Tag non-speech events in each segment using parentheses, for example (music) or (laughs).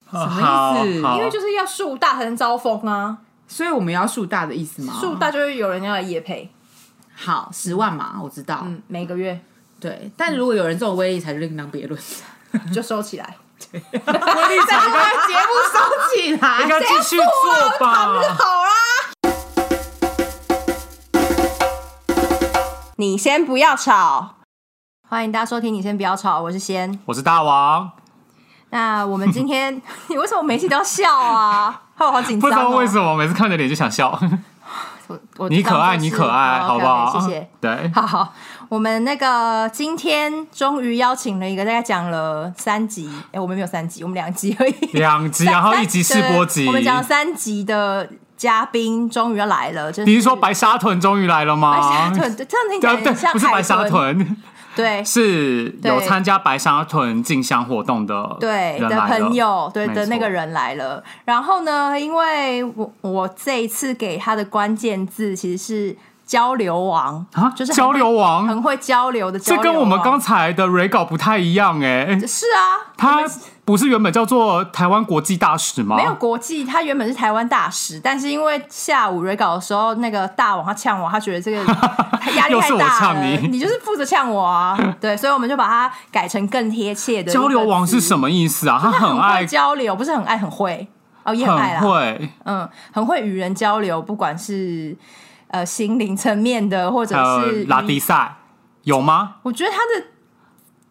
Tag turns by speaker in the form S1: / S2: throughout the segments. S1: 啊
S2: 什么意思？
S1: 好
S2: 因
S1: 好
S2: 为就是要树大才能招风啊，
S3: 所以我们要树大的意思
S1: 哦
S3: 吗？
S2: 树大就会有人要来夜配，
S3: 好十万嘛，我知道。
S2: 嗯，每个月
S3: 对，但如果有人这种威力，才是另当别论。 (laughs)
S2: 就收起来， (laughs)
S3: 威力才把节目收起
S1: 应
S2: 啊
S3: 来。
S1: 该继续做吧。
S2: 好啦。你先不要吵，欢迎大家收听。你先不要吵，我是先。
S1: 我是大王，
S2: 那我们
S1: (laughs)
S2: 今天，你为什么每次都要笑啊？害我好紧
S1: 不
S2: 张、
S1: 知
S2: 哦。
S1: 道为什么每次看你的脸就想笑。
S2: 我
S1: (laughs)
S2: 我
S1: 你可爱，你可爱，好
S2: 当
S1: 不
S2: 作
S1: 好？啊
S2: 是 OK，谢谢。
S1: 对，
S2: 好好，我们那个今天终于邀请了一个，大概讲了三集，哎、我们没有三集，我们两集而已，
S1: 两集，
S2: 三
S1: 然后
S2: 三
S1: 一集试播集
S2: 对。我们讲了三集的嘉宾终于要来了，就是
S1: 你是说白沙屯终于来了
S2: 白沙
S1: 吗？
S2: 屯，这样听起来
S1: 对对，
S2: 很像
S1: 不是白沙
S2: 海，
S1: 屯，
S2: 对
S1: 是有
S2: 对
S1: 参加白沙屯进香活动的
S2: 对
S1: 人
S2: 的
S1: 来了
S2: 朋友，对
S1: 没
S2: 的那
S1: 错
S2: 个人来了。然后呢，因为我我这一次给他的关键字其实是交流王
S1: 啊，
S2: 就是很
S1: 交流王，
S2: 很会交流的交
S1: 这
S2: 流王，
S1: 跟我们刚才的 re 稿不太一样哎。
S2: 是啊，
S1: 他不是原本叫做台湾国际大使吗？
S2: 没有国际，他原本是台湾大使，但是因为下午 re 稿的时候，那个大王他呛我，他觉得
S1: (laughs)
S2: 这个他压力
S1: 又是
S2: 太
S1: 我
S2: 大了，
S1: 呛你
S2: 就是负责呛我啊，对，所以我们就把它改成更贴切的
S1: 交流王是
S2: 么？
S1: 什么意思
S2: (laughs)
S1: 啊？他
S2: 他很
S1: 很
S2: 爱
S1: 爱，
S2: 交流，不是很爱，很会哦，也很爱啦，
S1: 会，
S2: 嗯，很会与人交流，不管是呃心灵层面的，或者
S1: 还有
S2: 是
S1: 拉迪
S2: 与，
S1: 赛有吗？
S2: 我觉得他的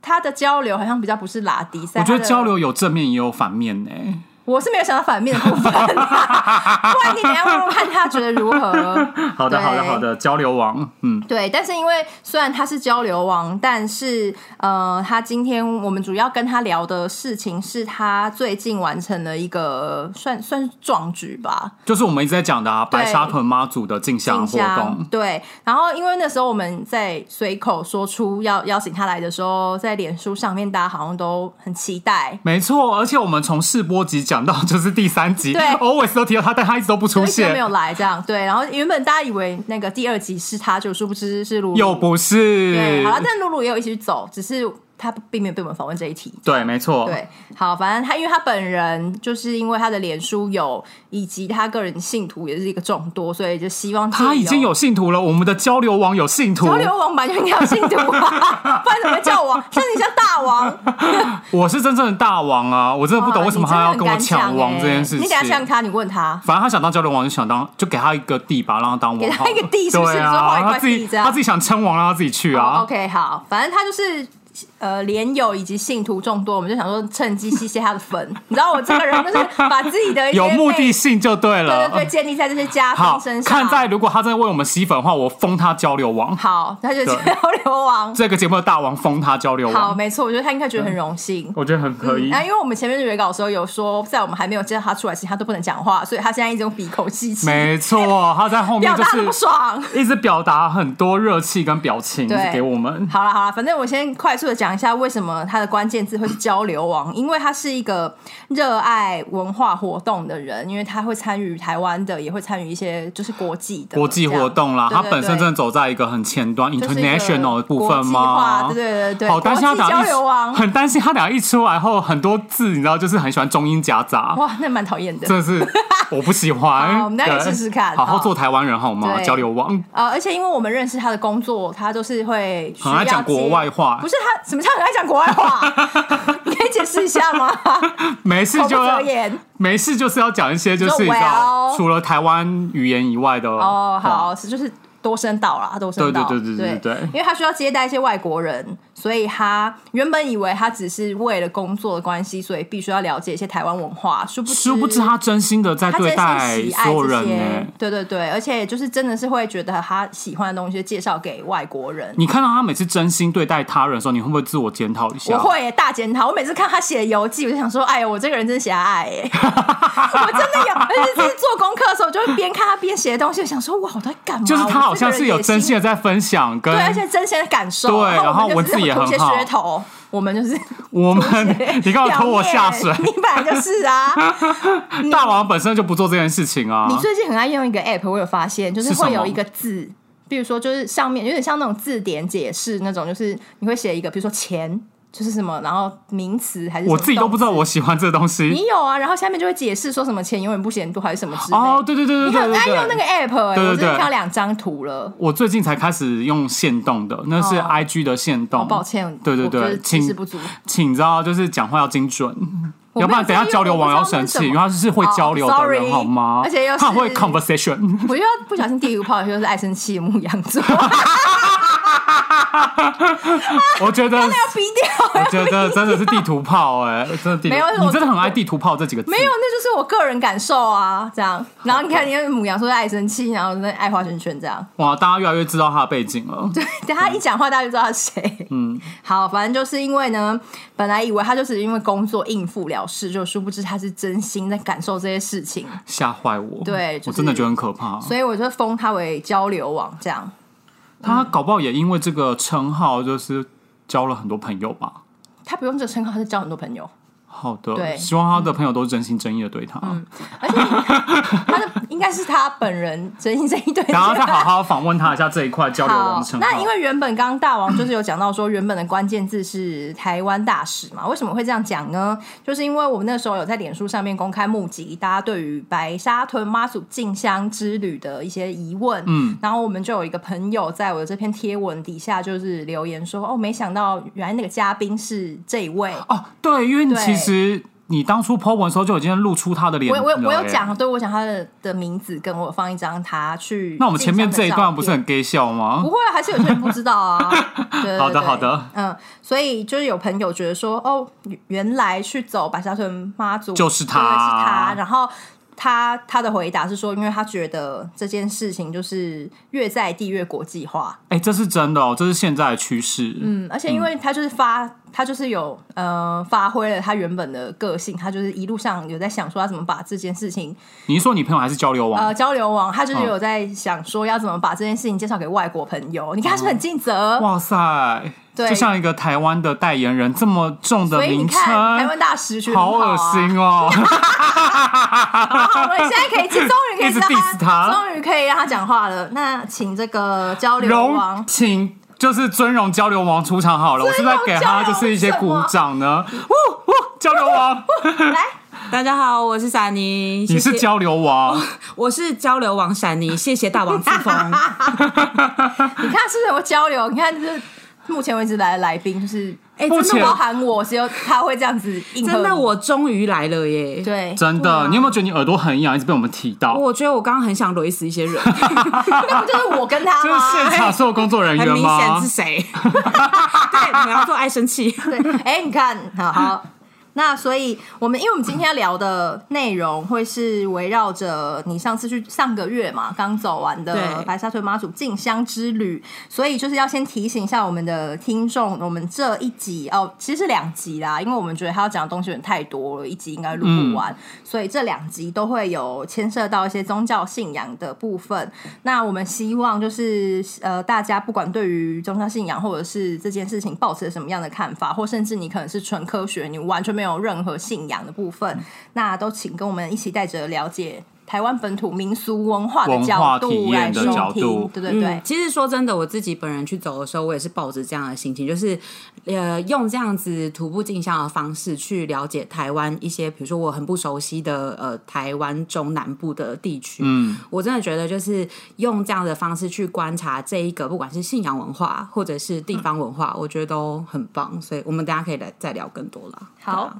S2: 他的交流好像比较不是拉迪赛，
S1: 我觉
S2: 他
S1: 得
S2: 的
S1: 交流有正面也有反面呢、
S2: 我是没有想到反面的部分、不然你等一下问问看他觉得如
S1: (laughs)
S2: 何。(laughs)
S1: 好的，
S2: 对
S1: 好的，好的，交流王，嗯，
S2: 对，但是因为虽然他是交流王，但是呃，他今天我们主要跟他聊的事情是他最近完成了一个算算是壮举吧，
S1: 就是我们一直在讲的啊，
S2: 对
S1: 白沙屯妈祖的进香
S2: 进
S1: 活
S2: 香
S1: 动，
S2: 对，然后因为那时候我们在随口说出要邀请他来的时候，在脸书上面大家好像都很期待，
S1: 没错。而且我们从试播集讲到就是第三集
S2: 对
S1: (laughs) ，always 都提到他，但他一直都不出
S2: 就一直都
S1: 现
S2: 没，有来这样。对，然后原本大家以为那个第二集是他，就殊不知是卢
S1: 又不
S2: 对，
S1: 是
S2: 好，了，但露露也有一起去走，只是她并没有被我们访问这一题。
S1: 对，没错，
S2: 对，好，反正她因为她本人就是因为她的脸书有，以及她个人信徒也是一个众多，所以就希望
S1: 他
S2: 借由
S1: 已经有信徒了，我们的交流王有信徒
S2: 交，流王版就应该有信
S1: (laughs)
S2: 徒啊，不然怎么叫王？像你像大王，
S1: 我是真正的大王啊！我真的不懂为什么他要跟我抢王这件事情
S2: 哇你。真的很敢讲欸你等一下呛他，你问他。
S1: 反正他想当交流王，就想当，就给他一个地吧，让他当王
S2: 给
S1: 好
S2: 他
S1: 了。
S2: 一个地是不是
S1: 对
S2: 你说画一
S1: 啊，
S2: 块
S1: 他自己
S2: 地这样
S1: 他自己想称王，让他自己去
S2: 哦
S1: 啊。
S2: OK，好，反正他就是呃，连友以及信徒众多，我们就想说趁机吸些他的粉。你知道我这个人就是把自己的一些
S1: (laughs) 有目的
S2: 魅
S1: 性就对
S2: 对
S1: 了。嗯
S2: 对对，建立在这些嘉宾
S1: 好
S2: 身，上。
S1: 看在如果他真的为我们吸粉的话，我封他交流王。
S2: 好，他就是
S1: 对
S2: 交流
S1: (laughs)
S2: 王。
S1: 这个节目的大王封他交流
S2: 好，嗯哎
S1: 王，
S2: 没错，我觉得他应该觉得很荣幸。
S1: 我觉得很可以
S2: 那、。因为我们前面的原稿的时候有说，在我们还没有介绍他出来之前，他都不能讲话，所以他现在一直用鼻口吸气，
S1: 没错，他在后面
S2: 表
S1: 就
S2: 达的
S1: 是
S2: 不爽。 (laughs)
S1: 一直表达很多热气跟表情
S2: 对
S1: 给我们。
S2: 好了好了，反正我先快速的讲一下为什么他的关键字会是交流王，因为他是一个热爱文化活动的人，因为他会参与台湾的，也会参与一些就是国际的
S1: 国际活动啦，
S2: 这样
S1: 他
S2: 对对
S1: 本身
S2: 对
S1: 真的走在一个很前端
S2: 就是一个
S1: ，international 的部
S2: 国
S1: 分
S2: 际
S1: 吗？
S2: 化对对对对，
S1: 好担心他
S2: 国际
S1: 俩
S2: 交
S1: 一
S2: 流
S1: (laughs)
S2: 王，
S1: 很担心他俩一出来后，很多字你知道，就是很喜欢中英夹杂，
S2: 哇，那蛮讨厌的。
S1: 真的是我不喜欢。
S2: (laughs) 好我们待会
S1: 对
S2: 试试看
S1: 好好
S2: 好
S1: 做台湾人好吗？
S2: 对
S1: 交流网
S2: 呃，而且因为我们认识他的工作，他都是会需
S1: 很爱
S2: 要
S1: 讲国
S2: 接
S1: 外话
S2: 不，是他什么叫很爱讲国外
S1: (laughs)
S2: 话？你可以解释一下吗？
S1: 没事
S2: 口不
S1: 就要
S2: 择言。
S1: 没事就是要讲一些就是
S2: 你说
S1: 你知道
S2: well
S1: 除了台湾语言以外的
S2: 哦，
S1: 话
S2: 好，是就是多声道啦，多声道，
S1: 对对对对对对
S2: 因为他需要接待一些外国人，所以他原本以为他只是为了工作的关系，所以必须要了解一些台湾文化，殊不知
S1: 殊不知他真心的在
S2: 他
S1: 对
S2: 真
S1: 待
S2: 心喜
S1: 所
S2: 爱
S1: 有
S2: 这
S1: 人呢、
S2: 些，对对对，而且就是真的是会觉得他喜欢的东西就介绍给外国人。
S1: 你看到他每次真心对待他人的时候，你会不会自我检讨一下？
S2: 我会耶大检讨。我每次看他写的游记，我就想说，哎呀，我这个人真狭隘耶！ (laughs) 我真的有，而且就是做功课的时候，我就会边看他边写的东西，我想说，哇，我在干嘛？
S1: 就是他好像是有真
S2: 心，
S1: 心的在分享，跟
S2: 对，而且真心的感受。
S1: 对然后文
S2: 我们就
S1: 字
S2: 是
S1: 也很
S2: 吐一些
S1: 好
S2: 噱头，我们就是
S1: 我们 (laughs) 你刚好拖我下
S2: (laughs) 表
S1: 水
S2: 面，你本来就是
S1: (laughs)
S2: 啊。
S1: 大王本身就不做这件事情啊。
S2: 你最近很爱用一个 app，我有发现，就是
S1: 是什么
S2: 会有一个字。比如说，就是上面有点像那种字典解释那种，就是你会写一个，比如说钱，就是什么，然后名词还是
S1: 我自己都不知
S2: 道。
S1: 道我喜欢这个东西
S2: 你。有啊，然后下面就会解释说什么钱永远不嫌多还是什么之类的。
S1: 哦，对对对对
S2: 你很
S1: 对
S2: 爱用
S1: 对
S2: 那个
S1: 对。
S2: app
S1: 对
S2: 哎、
S1: 对
S2: 我最近
S1: 对
S2: 看到两张图了。
S1: 我最近才开始用线动的，那是
S2: 哦
S1: I G 的线
S2: 好
S1: 动。
S2: 抱歉，
S1: 嗯对对
S2: 我觉得
S1: 对，
S2: 知识
S1: 请
S2: 不足，
S1: 请知道就是讲话要精准，
S2: 我没有
S1: 要不然等一下
S2: 在用
S1: 交流网
S2: 我
S1: 要
S2: 不知道
S1: 生
S2: 那是什么
S1: 气，因为他是会交流的
S2: 哦
S1: 人
S2: ，sorry
S1: 好吗？
S2: 而且又是
S1: 他很会
S2: (laughs)
S1: conversation，
S2: 我又要不小心地图炮，就是爱生气的牧
S1: (laughs)
S2: 羊座，要
S1: 我觉得。
S2: 逼掉。
S1: 我觉得真的是地图炮哎、真的地图，
S2: 没有我
S1: 你真的很爱地图炮这几个字。
S2: (laughs) 没有，那就是我个人感受啊，这样。然后你看，你看母羊说爱生气，然后那爱画圈圈这样。
S1: 哇，大家越来越知道他的背景了。
S2: 对， (laughs) 等他一讲话，大家就知道他是谁。嗯，好，反正就是因为呢，本来以为他就是因为工作应付了事，就殊不知他是真心在感受这些事情，
S1: 吓坏我！
S2: 对就是
S1: 我真的觉得很可怕。
S2: 所以我就封他为交流网这样。
S1: 他
S2: 嗯
S1: 搞不好也因为这个称号，就是交了很多朋友吧。
S2: 他不用这个称号，他就交很多朋友，
S1: 好
S2: 对嗯
S1: 的，希望他的朋友都是真心真意的对他。
S2: 而且他的应该是他本人真心真意对
S1: 然后再
S2: 他。
S1: 好好访问他一下这一块交流网
S2: 好
S1: 的称，号。
S2: 那因为原本刚刚大王就是有讲到说，原本的关键字是台湾大使嘛，为什么会这样讲呢？就是因为我们那时候有在脸书上面公开募集大家对于白沙屯妈祖进香之旅的一些疑问，嗯，然后我们就有一个朋友在我的这篇贴文底下就是留言说，哦，没想到原来那个嘉宾是这一位，
S1: 哦，对，因为
S2: 对
S1: 其实你当初 po 文的时候就已经露出他的脸
S2: 我
S1: 了。
S2: 我我有
S1: 哎。
S2: 讲，对我讲他的的名字，跟我放一张他去。
S1: 那我们前面这一段不是？很 gay 笑吗
S2: 不？会，还是有些人不知道
S1: (laughs)
S2: 啊。对对对
S1: 好的好的，
S2: 嗯，所以就是有朋友觉得说，哦，原来去走白沙屯妈祖
S1: 就是他
S2: 对是他。然后他他的回答是说，因为他觉得这件事情就是越在地越国际化，
S1: 哎、这是真的哦，这是现在的趋势。
S2: 嗯，而且因为他就是发，他就是有呃发挥了他原本的个性，他就是一路上有在想说要怎么把这件事情
S1: 你是说你朋友还是交流网？
S2: 呃，交流网，
S1: 嗯
S2: 他就是有在想说要怎么把这件事情介绍给外国朋友。你看，他是不是很尽责，
S1: 哇塞，
S2: 对
S1: 就像一个台湾的代言人这么重的
S2: 所以你
S1: 名称，
S2: 看台湾大使觉得
S1: 好
S2: 很
S1: 恶
S2: 啊。
S1: 心哦！
S2: 好好，我们现在可以终于可以
S1: 一直
S2: 让
S1: diss
S2: 他，
S1: 他
S2: 终于可以让他讲话了。那请这个交流
S1: 荣
S2: 网，
S1: 请就是尊荣交流王出场好了，我是不是在给他就是一些鼓掌呢？呜呜，交流王，
S2: (laughs) 来，
S4: (laughs) 大家好，我是闪妮，
S1: 你是
S4: (laughs) 谢谢哦
S1: 交流王，
S4: 我是交流王闪妮，谢谢大王自
S3: (laughs)
S4: 封。
S2: 你看是不是有交流？你看就是目前为止来的来宾，就是
S4: 哎、
S1: 目
S4: 真
S1: 前
S4: 的
S2: 包
S4: 我
S2: 含我，只有他会这样子应和
S4: 真的
S2: 你
S4: 我终于来了耶！，
S2: 对
S1: 真
S4: 啊
S1: 的，你有没有觉得你耳朵很痒，一直被我们提到？
S4: 我觉得我刚刚很想怼死一些人，
S2: 那不就是我
S1: (laughs)
S2: 跟他
S1: 就是现
S2: 吗？
S1: 场所有工作人
S4: 很
S1: 员
S4: 明显
S1: 吗
S4: 是？谁？ (laughs) 对，你要做爱生气。
S2: 对，哎、你看，好好。那所以，我们因为我们今天要聊的内容会是围绕着你上次去上个月嘛，刚走完的
S4: 对
S2: 白沙屯妈祖进香之旅，所以就是要先提醒一下我们的听众，我们这一集哦，其实是两集啦，因为我们觉得他要讲的东西有点太多了，一集应该录不完，所以这两集都会有牵涉到一些宗教信仰的部分。那我们希望就是呃，大家不管对于宗教信仰或者是这件事情抱持什么样的看法，或甚至你可能是纯科学，你完全没有任何信仰的部
S1: 嗯
S2: 分，那都请跟我们一起带着了解台湾本土民俗文化的
S1: 文
S2: 角
S1: 化体
S2: 度
S1: 验
S2: 来
S1: 的
S2: 收
S1: 角
S2: 听
S1: 度，
S2: 对对对。
S4: 嗯，其实说真的，我自己本人去走的时候，我也是抱着这样的心情，就是呃，用这样子徒步进香的方式去了解台湾一些，比如说我很不熟悉的呃台湾中南部的地区。嗯，我真的觉得就是用这样的方式去观察这一个，不管是信仰文化或者是地方文化，我觉得都很棒。所以我们大家可以来再聊更多啦。对
S2: 好
S4: 啊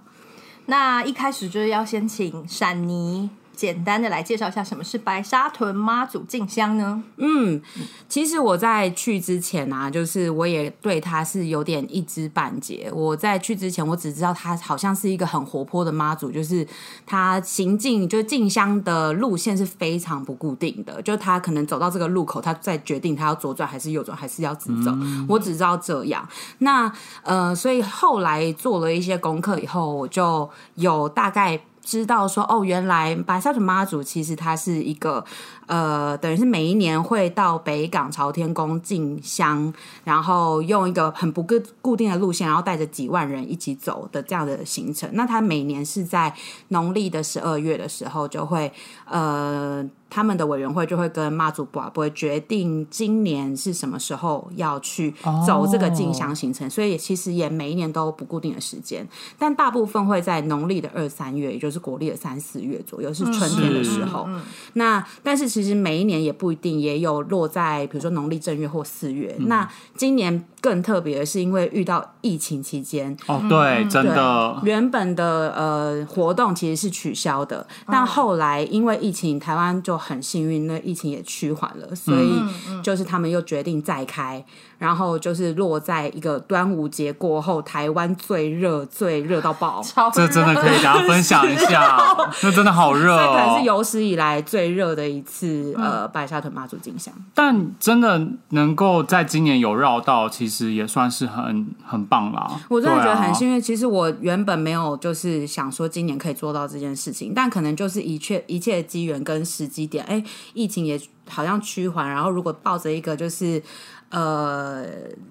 S2: 那一开始就是要先请闪妮简单的来介绍一下什么是白沙屯妈祖进香呢？
S4: 嗯，其实我在去之前啊，就是我也对她是有点一知半解。我在去之前，我只知道她好像是一个很活泼的妈祖，就是她行进就进香的路线是非常不固定的，就她可能走到这个路口，她再决定她要左转还是右转，还是要直走。我只知道这样。那呃，所以后来做了一些功课以后，我就有大概。知道说哦，原来白沙屯妈祖其实它是一个呃，等于是每一年会到北港朝天宫进香，然后用一个很不固固定的路线，然后带着几万人一起走的这样的行程。那它每年是在农历的十二月的时候就会呃他们的委员会就会跟妈祖保会决定今年是什么时候要去走这个进香行程，所以其实也每一年都不固定的时间，但大部分会在农历的二三月，也就是国历的三四月左右，是春天的时候。那但是其实每一年也不一定，也有落在比如说农历正月或四月。那今年更特别的是，因为遇到疫情期间，
S1: 哦，对，
S4: 嗯
S1: 真的，
S4: 原本的呃活动其实是取消的，但后来因为疫情，台湾就很幸运，那疫情也趋缓了，所以就是他们又决定再开，然后就是落在一个端午节过后，台湾最热、最热到爆，
S2: 超
S1: 这真的可以
S2: 热
S1: 大家分享一
S4: (laughs)
S1: 下，那真的好热
S4: 啊这可能
S1: 哦
S4: 是。有史以来最热的一次呃白沙屯妈祖进香。
S1: 但真的能够在今年有绕到，其实也算是很很棒啦。
S4: 我真的觉得
S1: 对啊
S4: 很幸运。其实我原本没有就是想说今年可以做到这件事情，但可能就是一切一切机缘跟时机点，哎，疫情也好像趋缓，然后如果抱着一个就是呃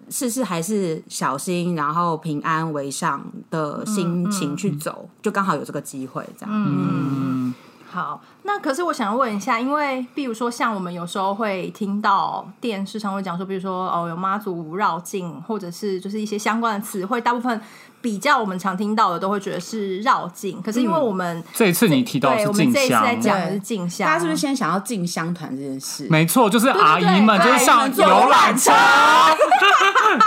S4: 事事还是小心，然后平安为上的心情去走，就刚好有这个机会这样。
S1: 嗯
S2: 好，那可是我想问一下，因为比如说像我们有时候会听到电视上会讲说，比如说哦有妈祖绕境，或者是就是一些相关的词汇，大部分比较我们常听到的都会觉得是绕境。可是因为我们、
S1: 这一次你提到的嗯啊
S2: 对
S1: 是
S2: 我们
S1: 静
S2: 这一次
S1: 香，
S2: 在讲的是静香，
S4: 大家是不是先想要进香团这件事？
S1: 没错，就是阿姨们就是上
S2: 对
S1: 游览车，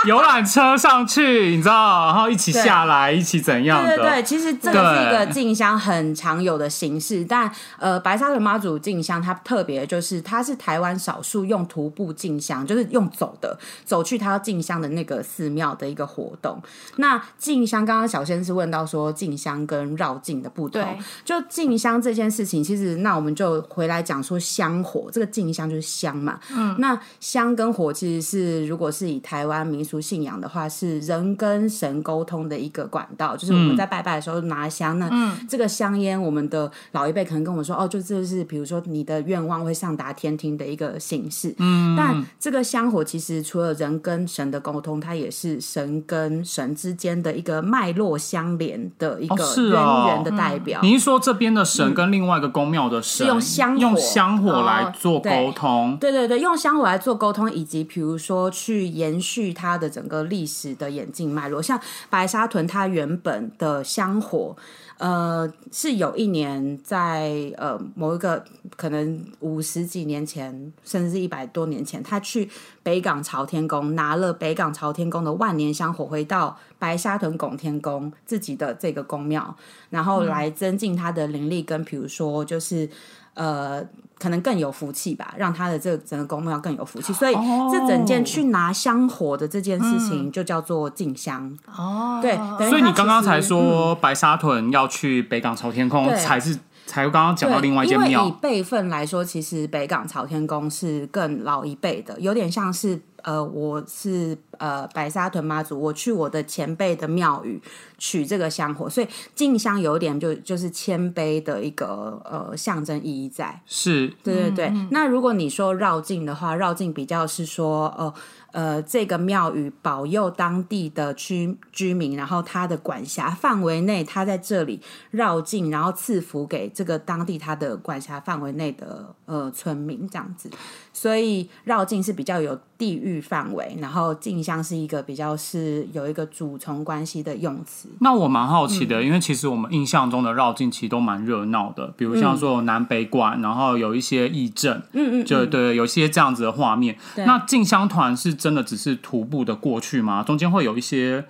S1: 游览车上去，你知道，然后一起下来，一起怎样
S4: 对
S1: 的？
S4: 对对，其实这个是一个
S1: 对
S4: 进香很常有的形式，但呃，白沙屯妈祖进香它特别就是它是台湾少数用徒步进香，就是用走的走去它要进香的那个寺庙的一个活动。那进香，刚刚小仙是问到说进香跟绕境的不同
S2: 对，
S4: 就进香这件事情，其实那我们就回来讲说香火，这个进香就是香嘛，嗯，那香跟火其实是如果是以台湾民俗信仰的话，是人跟神沟通的一个管道，就是我们在拜拜的时候拿香，那这个香烟，我们的老一辈可能跟我们说，哦，就这是比如说你的愿望会上达天庭的一个形式，嗯，但这个香火其实除了人跟神的沟通，它也是神跟神之间的一个脉络相连的一个
S1: 哦
S4: 渊
S1: 是哦
S4: 源的代表，
S1: 你是说这边的神跟另外一个宫庙的神
S4: 是用香火哦
S1: 用香火来做沟通？
S4: 对对对，用香火来做沟通，以及比如说去延续它的整个历史的演进脉络。像白沙屯，它原本的香火，呃，是有一年在呃某一个可能五十几年前，甚至是一百多年前，他去北港朝天宫拿了北港朝天宫的万年香火，回到白沙屯拱天宫自己的这个宫庙，然后来增进它的灵力，跟比如说就是呃，可能更有福气吧，让他的这整个宫庙更有福气。所以这整件去拿香火的这件事情，就叫做进香。
S2: 哦
S4: 对，等于
S1: 所以
S4: 它
S1: 你刚刚
S4: 其实
S1: 才
S4: 嗯
S1: 说白沙屯要去北港朝天空，
S4: 对
S1: 才是才刚刚讲到
S4: 对
S1: 另外一间
S4: 因为以
S1: 庙。
S4: 辈分来说，其实北港朝天宫是更老一辈的，有点像是呃，我是呃白沙屯妈祖，我去我的前辈的庙宇取这个香火，所以进香有点就就是谦卑的一个呃象征意义在。
S1: 是
S4: 对对对，那如果你说绕境的话，绕境比较是说，哦，呃，这个庙宇保佑当地的居居民，然后它的管辖范围内，它在这里绕境，然后赐福给这个当地它的管辖范围内的呃村民这样子。所以绕境是比较有地域范围，然后进香是一个比较是有一个主从关系的用词。
S1: 那我蛮好奇的，
S4: 嗯
S1: 因为其实我们印象中的绕境其实都蛮热闹的，比如
S4: 嗯
S1: 像说有南北馆，然后有一些义阵，嗯嗯，就对，有一些这样子的画面。那进香团是真的只是徒步的过去吗？中间会有一些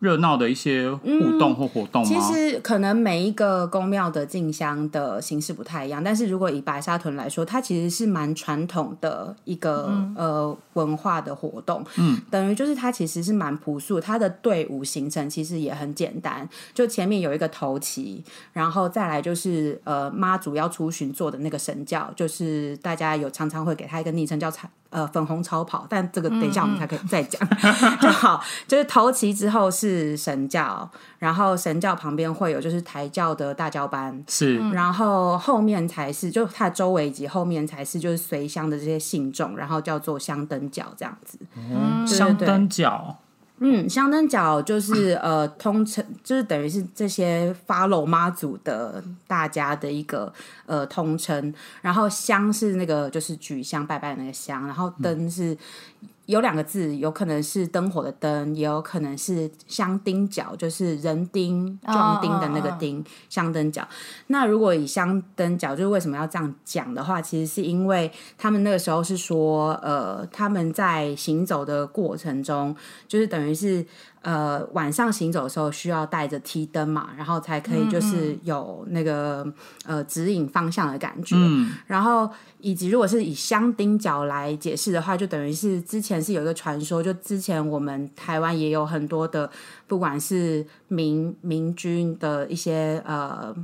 S1: 热闹的一些互动或活动吗？
S4: 嗯其实可能每一个宫庙的进香的形式不太一样，但是如果以白沙屯来说，它其实是蛮传统的一个、呃文化的活动，嗯，等于就是它其实是蛮朴素，它的队伍形成其实也很简单，就前面有一个头旗，然后再来就是呃妈祖要出巡做的那个神教，就是大家有常常会给他一个昵称叫彩呃粉红超跑，但这个等一下我们才可以再讲。 (laughs) 就好，就是头旗之后是神教，然后神教旁边会有就是台教的大教班，
S1: 是
S4: 然后后面才是就它的周围及后面才是就是随香的这些信众，然后叫做香灯教这样子。对对
S1: 香
S4: 对
S1: 灯脚。
S4: 嗯，香灯脚就是呃，通称就是等于是这些 follow 妈祖的大家的一个呃通称。然后香是那个就是举香拜拜的那个香，然后灯是、有两个字，有可能是灯火的灯，也有可能是香丁角，就是人丁壮丁的那个丁，香灯角。那如果以香灯角，就是为什么要这样讲的话，其实是因为他们那个时候是说，呃，他们在行走的过程中，就是等于是呃晚上行走的时候需要带着提灯嘛，然后才可以就是有那个呃指引方向的感觉。
S1: 嗯
S4: 然后以及如果是以香丁角来解释的话，就等于是之前是有一个传说，就之前我们台湾也有很多的，不管是民民军的一些呃。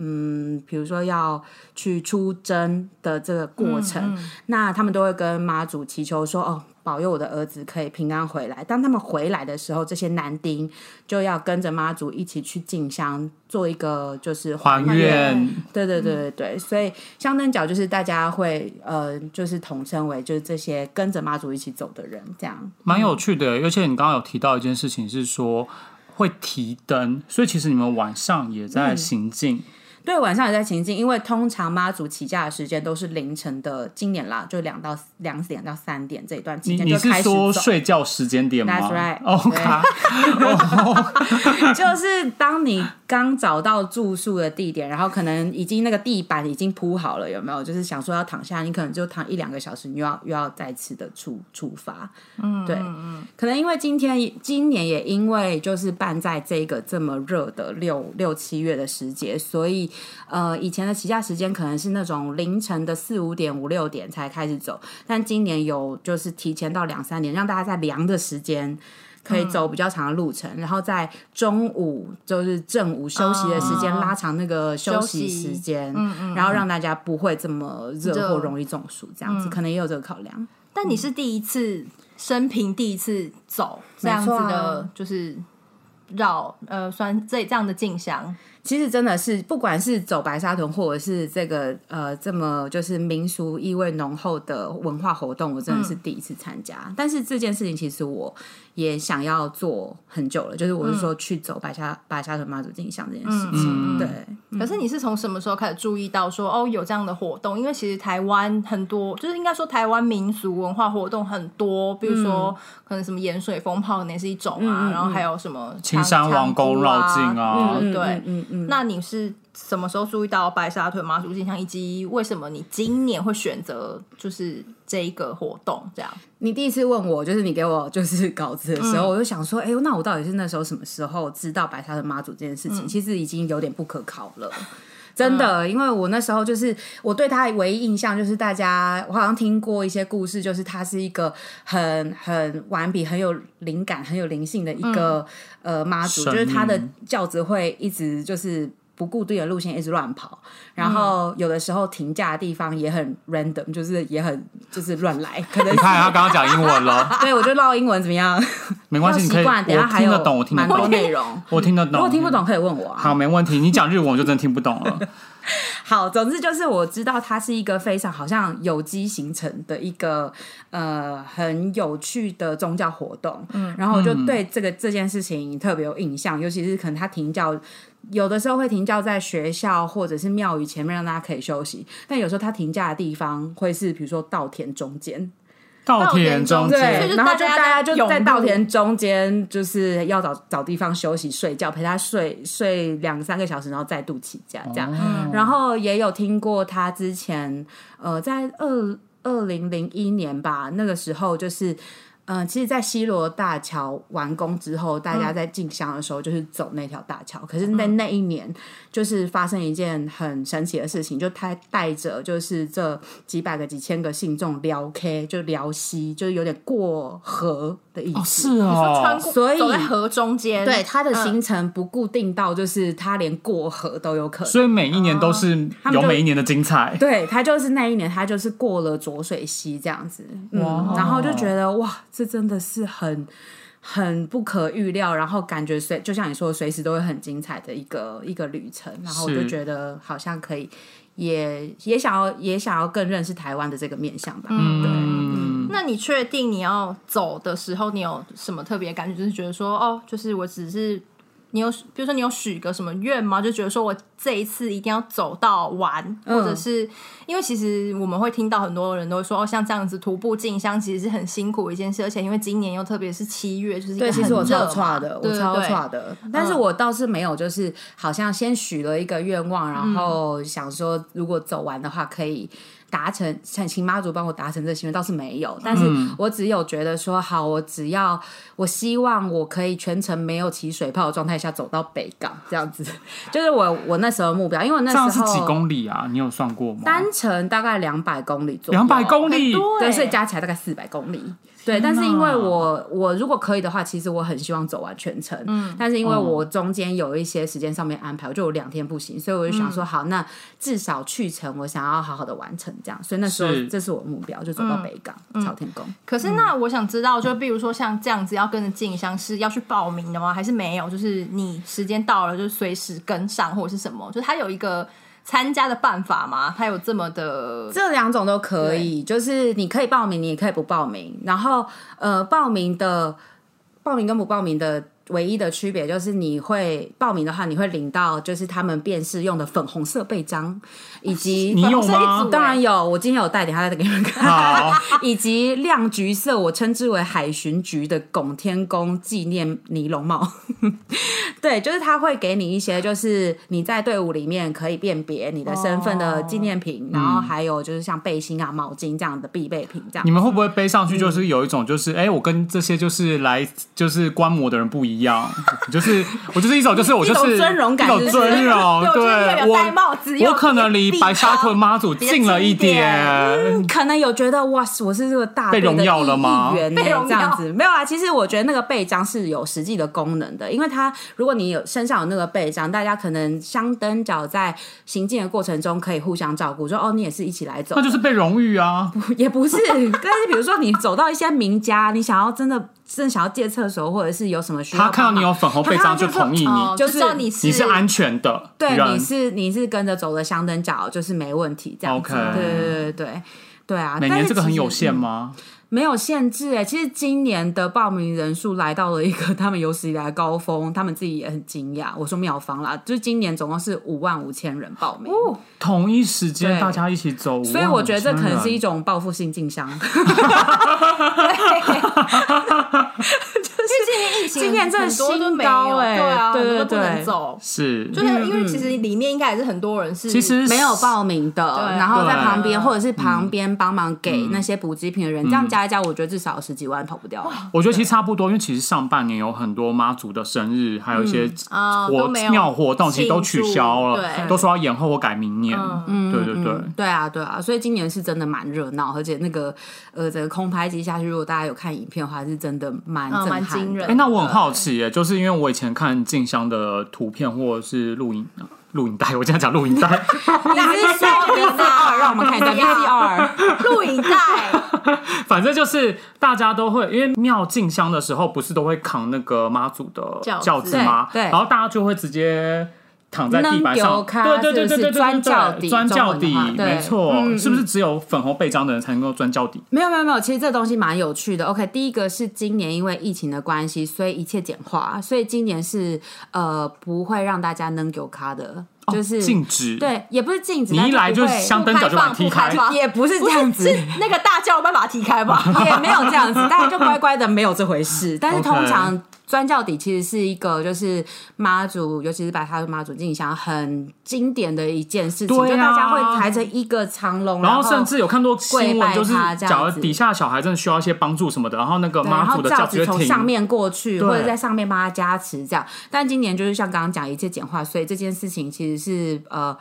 S4: 嗯，比如说要去出征的这个
S1: 嗯
S4: 过程，那他们都会跟妈祖祈求说：“哦，保佑我的儿子可以平安回来。”当他们回来的时候，这些男丁就要跟着妈祖一起去进香，做一个就是
S1: 还愿
S4: 对对
S1: 嗯
S4: 对对对，所以香灯脚就是大家会呃，就是统称为就是这些跟着妈祖一起走的人这样。
S1: 蛮有趣
S4: 嗯
S1: 的，而且你刚刚有提到一件事情是说会提灯，所以其实你们晚上也在
S4: 嗯
S1: 行进，
S4: 对，晚上也在行进，因为通常妈祖起驾的时间都是凌晨的，今年啦，就两到两点到三点这一段期
S1: 你
S4: 间
S1: 你
S4: 就是开始
S1: 说
S4: 走。
S1: 睡觉时间点吗哦
S4: That's right
S1: ？OK，
S4: 就是当你刚找到住宿的地点，然后可能已经那个地板已经铺好了，有没有？就是想说要躺下，你可能就躺一两个小时，你又要又要再次的出出发。嗯，对，可能因为今天今年也因为就是办在这个这么热的六六七月的时节，所以呃以前的起价时间可能是那种凌晨的四五点五六点才开始走，但今年有就是提前到两三点，让大家在凉的时间。可以走比较长的路程，然后在中午就是正午休息的时间、拉长那个休息时间，然后让大家不会这么热
S2: 热
S4: 或容易中暑，这样子、可能也有这个考量。
S2: 但你是第一次生平第一次走这样子
S4: 没错
S2: 的
S4: 啊，
S2: 就是绕呃，算这这样的进香，
S4: 其实真的是，不管是走白沙屯，或者是这个呃这么就是民俗意味浓厚的文化活动，我真的是第一次参加。但是这件事情其实我也想要做很久了，就是我是说去走白沙、白沙屯妈祖进香这件事情，对。
S2: 可是你是从什么时候开始注意到说哦有这样的活动？因为其实台湾很多，就是应该说台湾民俗文化活动很多，比如说、可能什么盐水风炮那也是一种啊，然后还有什么
S1: 青山王宫绕境啊
S2: 长长
S4: 嗯
S2: 谷对，
S4: 嗯嗯嗯
S2: 那你是什么时候注意到白沙屯妈祖进香，以及为什么你今年会选择就是这一个活动这样？
S4: 你第一次问我，就是你给我就是稿子的时
S1: 嗯
S4: 候，我就想说，哎、呦，那我到底是那时候什么时候知道白沙的妈祖这件事
S1: 嗯
S4: 情？其实已经有点不可考
S1: (laughs)
S4: 了。真的，因为我那时候就是我对他唯一印象就是大家，我好像听过一些故事，就是他是一个很很顽皮、很有灵感、很有灵性的一个、呃妈
S1: 嗯
S4: 祖，
S1: 神
S4: 就是他的
S1: 明
S4: 轿子会一直就是不固定的路线一直乱
S1: 嗯
S4: 跑，然后有的时候停驾的地方也很 random，就是也很就是乱来，可能
S1: 你看他刚刚讲英文
S4: (laughs)
S1: 了，
S4: 对，我就唠英文怎么样？
S1: 没
S4: 要
S1: 关系，你可
S4: 习
S1: 以，
S4: 惯，等一下
S1: 我
S4: 还
S1: 听
S4: 有
S1: 得懂，我听得
S4: 蛮多
S1: 懂，
S4: 内容。
S1: (laughs) 我听得懂。
S4: 如果听不懂，可以问我啊。
S1: 好，没问题。你讲日文我就真的听不懂
S4: (laughs)
S1: 了。
S4: 好，总之就是我知道它是一个非常好像有机形成的一个呃很有趣的宗教活动，嗯，然后我就对这个这件事情特别有印象，尤其是可能它停教。有的时候会停教在学校或者是庙宇前面，让大家可以休息。但有时候它停驾的地方会是，比如说稻田中间，
S1: 稻田中
S2: 对所以
S1: 间
S2: 就
S4: 对，然后就
S2: 大家
S4: 大家
S2: 在
S4: 就在
S2: 涌入
S4: 稻田中间，就是要找找地方休息睡觉，陪他睡睡两三个小时，然后再度起家这样。
S2: 哦
S4: 然后也有听过他之前，呃，在二二零零一年吧，那个时候就是。嗯、其实，在西罗大桥完工之后，大
S1: 嗯
S4: 家在进香的时候就是走那条大桥。可是那那一年，就是发生一件很神奇的事情，就他带着就是这几百个、几千个信众撩 K，就撩西，就是有点过河的意
S1: 哦是
S4: 思。
S1: 嗯
S2: 说穿
S1: 哦，
S2: 过，
S4: 所以
S2: 走在河中间，嗯
S4: 对，他的行程不固定到，就是他连过河都有可能。
S1: 所以每一年都是
S4: 他们
S1: 有
S4: 就
S1: 每一年的精彩。
S4: 对哦他就是那一年，他就是过了浊水溪这样子，
S1: 哇哦
S4: 嗯，然后就觉得哇，这真的是很很不可预料，然后感觉随就像你说，随时都会很精彩的一个一个旅程，然后我
S1: 是
S4: 就觉得好像可以，也也想要也想要更认识台湾的这个面向吧，嗯、对。
S1: 嗯。
S2: 那你确定你要走的时候，你有什么特别感觉？就是觉得说，哦，就是我只是你有，比如说你有许个什么愿吗？就觉得说我这一次一定要走到完，
S4: 嗯
S2: 或者是因为其实我们会听到很多人都会说，哦，像这样子徒步进香其实是很辛苦的一件事，而且因为今年又特别是七月，就是一个
S4: 对，其实
S2: 很
S4: 我
S2: 热
S4: 超
S2: 嘛
S4: 差的，我
S2: 对
S4: 超
S2: 对
S4: 差的。
S1: 嗯
S4: 但是我倒是没有，就是好像先许了一个愿望，
S1: 嗯
S4: 然后想说如果走完的话可以达成，请请妈祖帮我达成这心愿，倒是没有。但是
S1: 嗯
S4: 我只有觉得说，好，我只要我希望我可以全程没有起水泡的状态下走到北港，这样子， (laughs) 就是我我那时候的目标，因为我那
S1: 这样是
S4: 时
S1: 几
S4: 候
S1: 公里啊？你有算过吗？
S4: 单程大概两百公里左右，
S1: 两百公里，
S2: 多
S4: 对，
S2: 欸
S4: 所以加起来大概四百公里。对，但是因为我我如果可以的话，其实我很希望走完全程。嗯，但是因为我中间有一些时间上面安排，我就有两天不行，所以我就想说，好，那至少去程我想要好好的完成这样。所以那时候
S1: 是
S4: 这是嗯我的目标，就走到北港朝天宫。
S2: 可
S1: 嗯
S2: 是那我想知道，就比如说像这样子要跟着静香是要去报名的吗？还是没有？就是你时间到了就随时跟上，或者是什么？就是他有一个参加的办法吗？他有这么的
S4: 这两种都可以，就是你可以报名，你也可以不报名。然后呃，报名的报名跟不报名的唯一的区别就是，你会报名的话，你会领到就是他们辨识用的粉红色背章，以及
S1: 你有
S2: 粉红色一
S1: 吗
S2: 组？欸
S4: 当然有，我今天有带，等一下再给你们看。 (laughs)
S1: 好，
S4: 以及亮橘色，我称之为海巡局的拱天宫纪念尼龙帽。 (laughs) 对，就是他会给你一些，就是你在队伍里面可以辨别你的身份的纪念品，
S1: 哦
S4: 然后还有就是像背心啊、毛巾这样的必备品，这样
S1: 嗯你。们会不会背上去？就是
S4: 嗯
S1: 有一种，就是哎、我跟这些就是来就是观摩的人不一样，就是我就是一种，就是我就是
S4: 一种尊荣感
S1: 一种尊
S4: (laughs)
S1: 荣
S2: 对。我觉得
S1: 对
S2: 有戴帽
S1: 我
S2: 子又
S1: 我可能离白沙屯妈祖近了一点，
S4: 可能有觉得哇，我是这个大队的
S1: 被荣耀了吗
S4: 一员呢、
S2: 被荣耀
S4: 这样子没有啊。其实我觉得那个背章是有实际的功能的，因为它如果你有身上有那个背章，大家可能相登脚在行进的过程中可以互相照顾，说哦，你也是一起来走
S1: 那，就是被荣誉啊。
S4: (laughs) 也不是。但是比如说你走到一些名家，你想要真的真的想要借厕所，或者是有什么需要
S1: 他
S4: 帮忙，
S1: 看到你有粉红背章就同意
S2: 哦，
S1: 你，
S4: 就
S2: 就是知道你是
S1: 你是安全的
S4: 对，
S1: 人
S4: 你。是你是跟着走的相登脚，就是没问题这样子。
S1: OK
S4: 对对对对对。对啊，
S1: 每
S4: 但
S1: 年
S4: 是
S1: 这个很
S4: 其实
S1: 有限吗？
S4: 没有限制哎、其实今年的报名人数来到了一个他们有史以来的高峰，他们自己也很惊讶。我说妙方啦，就是今年总共是五万五千人报名，
S1: 哦同一时间
S4: 对
S1: 大家一起走，
S4: 所以我觉得这可能是一
S1: 种
S4: 种报复性进香。
S2: 因为今年疫情
S4: 今年真的
S2: 很多都没
S4: 新高
S2: 有，
S4: 欸
S2: 对啊，
S4: 对对
S2: 很多都不
S4: 对
S2: 能走。
S1: 是
S2: 就是因为其实里面应该也是很多人是，
S1: 嗯其实
S4: 没有报名的，
S2: 对
S4: 然后在旁边
S2: 对
S4: 或者是旁边帮忙给
S1: 嗯
S4: 那些补给品的人，这样加一加，我觉得至少有十几万跑不掉吧。
S1: 我觉得其实差不多，因为其实上半年有很多妈祖的生日，还有一些
S4: 嗯
S2: 啊
S1: 活、
S2: 都没有
S1: 庙活动，其实都取消
S2: 庆祝
S1: 了，
S2: 对
S1: 都说要延后或改明年。对对对，
S4: 嗯对啊，对啊，所以今年是真的蛮热闹，而且那个呃，整个空拍机下去，如果大家有看影片的话，是真的蛮
S2: 嗯
S4: 震撼
S2: 蛮
S4: 的、
S2: 惊人
S1: 哎、那我很好奇耶，就是因为我以前看静香的图片或者是录影 (laughs) 录影带，我这样讲录影
S4: (laughs)
S1: 带，
S4: (laughs) 你是说 VCR 让我们看一下 VCR？
S2: 录影带，
S1: 反正就是大家都会，因为庙进香的时候不是都会扛那个妈祖的
S2: 轿子
S1: 轿子吗？
S4: 对对
S1: 然后大家就会直接。躺在地板
S4: 扔
S1: 上，
S4: 丢咖
S1: 对对对对
S4: 是不是
S1: 对对，
S4: 钻轿底
S1: 对钻轿底
S4: 中文的话，对
S1: 没错，
S4: 嗯嗯
S1: 是不是只有粉红背章的人才能够钻轿底？
S4: 没有没有没有，其实这东西蛮有趣的。OK，第一个是今年因为疫情的关系，所以一切简化，所以今年是呃不会让大家能有咖的，就是、
S1: 哦禁止，，
S4: 对，也不是禁止，
S1: 你一来
S4: 但是
S1: 就
S4: 不会
S1: 香灯脚就把你踢开
S2: 不开，放
S4: (laughs) 也不是这样子。
S2: 是 (laughs) 那个大叫，我们把它踢开吧。
S4: (laughs) 也没
S2: (laughs)
S4: 有这样子，大家就乖乖的没有这
S1: (laughs)
S4: 回事。但是
S1: OK
S4: 通常钻教底其实是一个就是妈祖，尤其是白沙妈祖进香很经典的一件事情，
S1: 对啊
S4: 就大家会排成一个长龙，
S1: 然
S4: 后
S1: 后甚至有看到新
S4: 跪拜
S1: 闻，就是
S4: 他这样
S1: 假如
S4: 子
S1: 底下小孩真的需要一些帮助什么的，然后那个
S4: 对然
S1: 妈
S4: 后
S1: 祖的
S4: 轿
S1: 子
S4: 子
S1: 就
S4: 从
S1: 停，
S4: 上面过去，
S1: 对
S4: 或者在上面帮他加持这样。但今年就是像刚刚讲一切简化，所以这件事情其实是呃。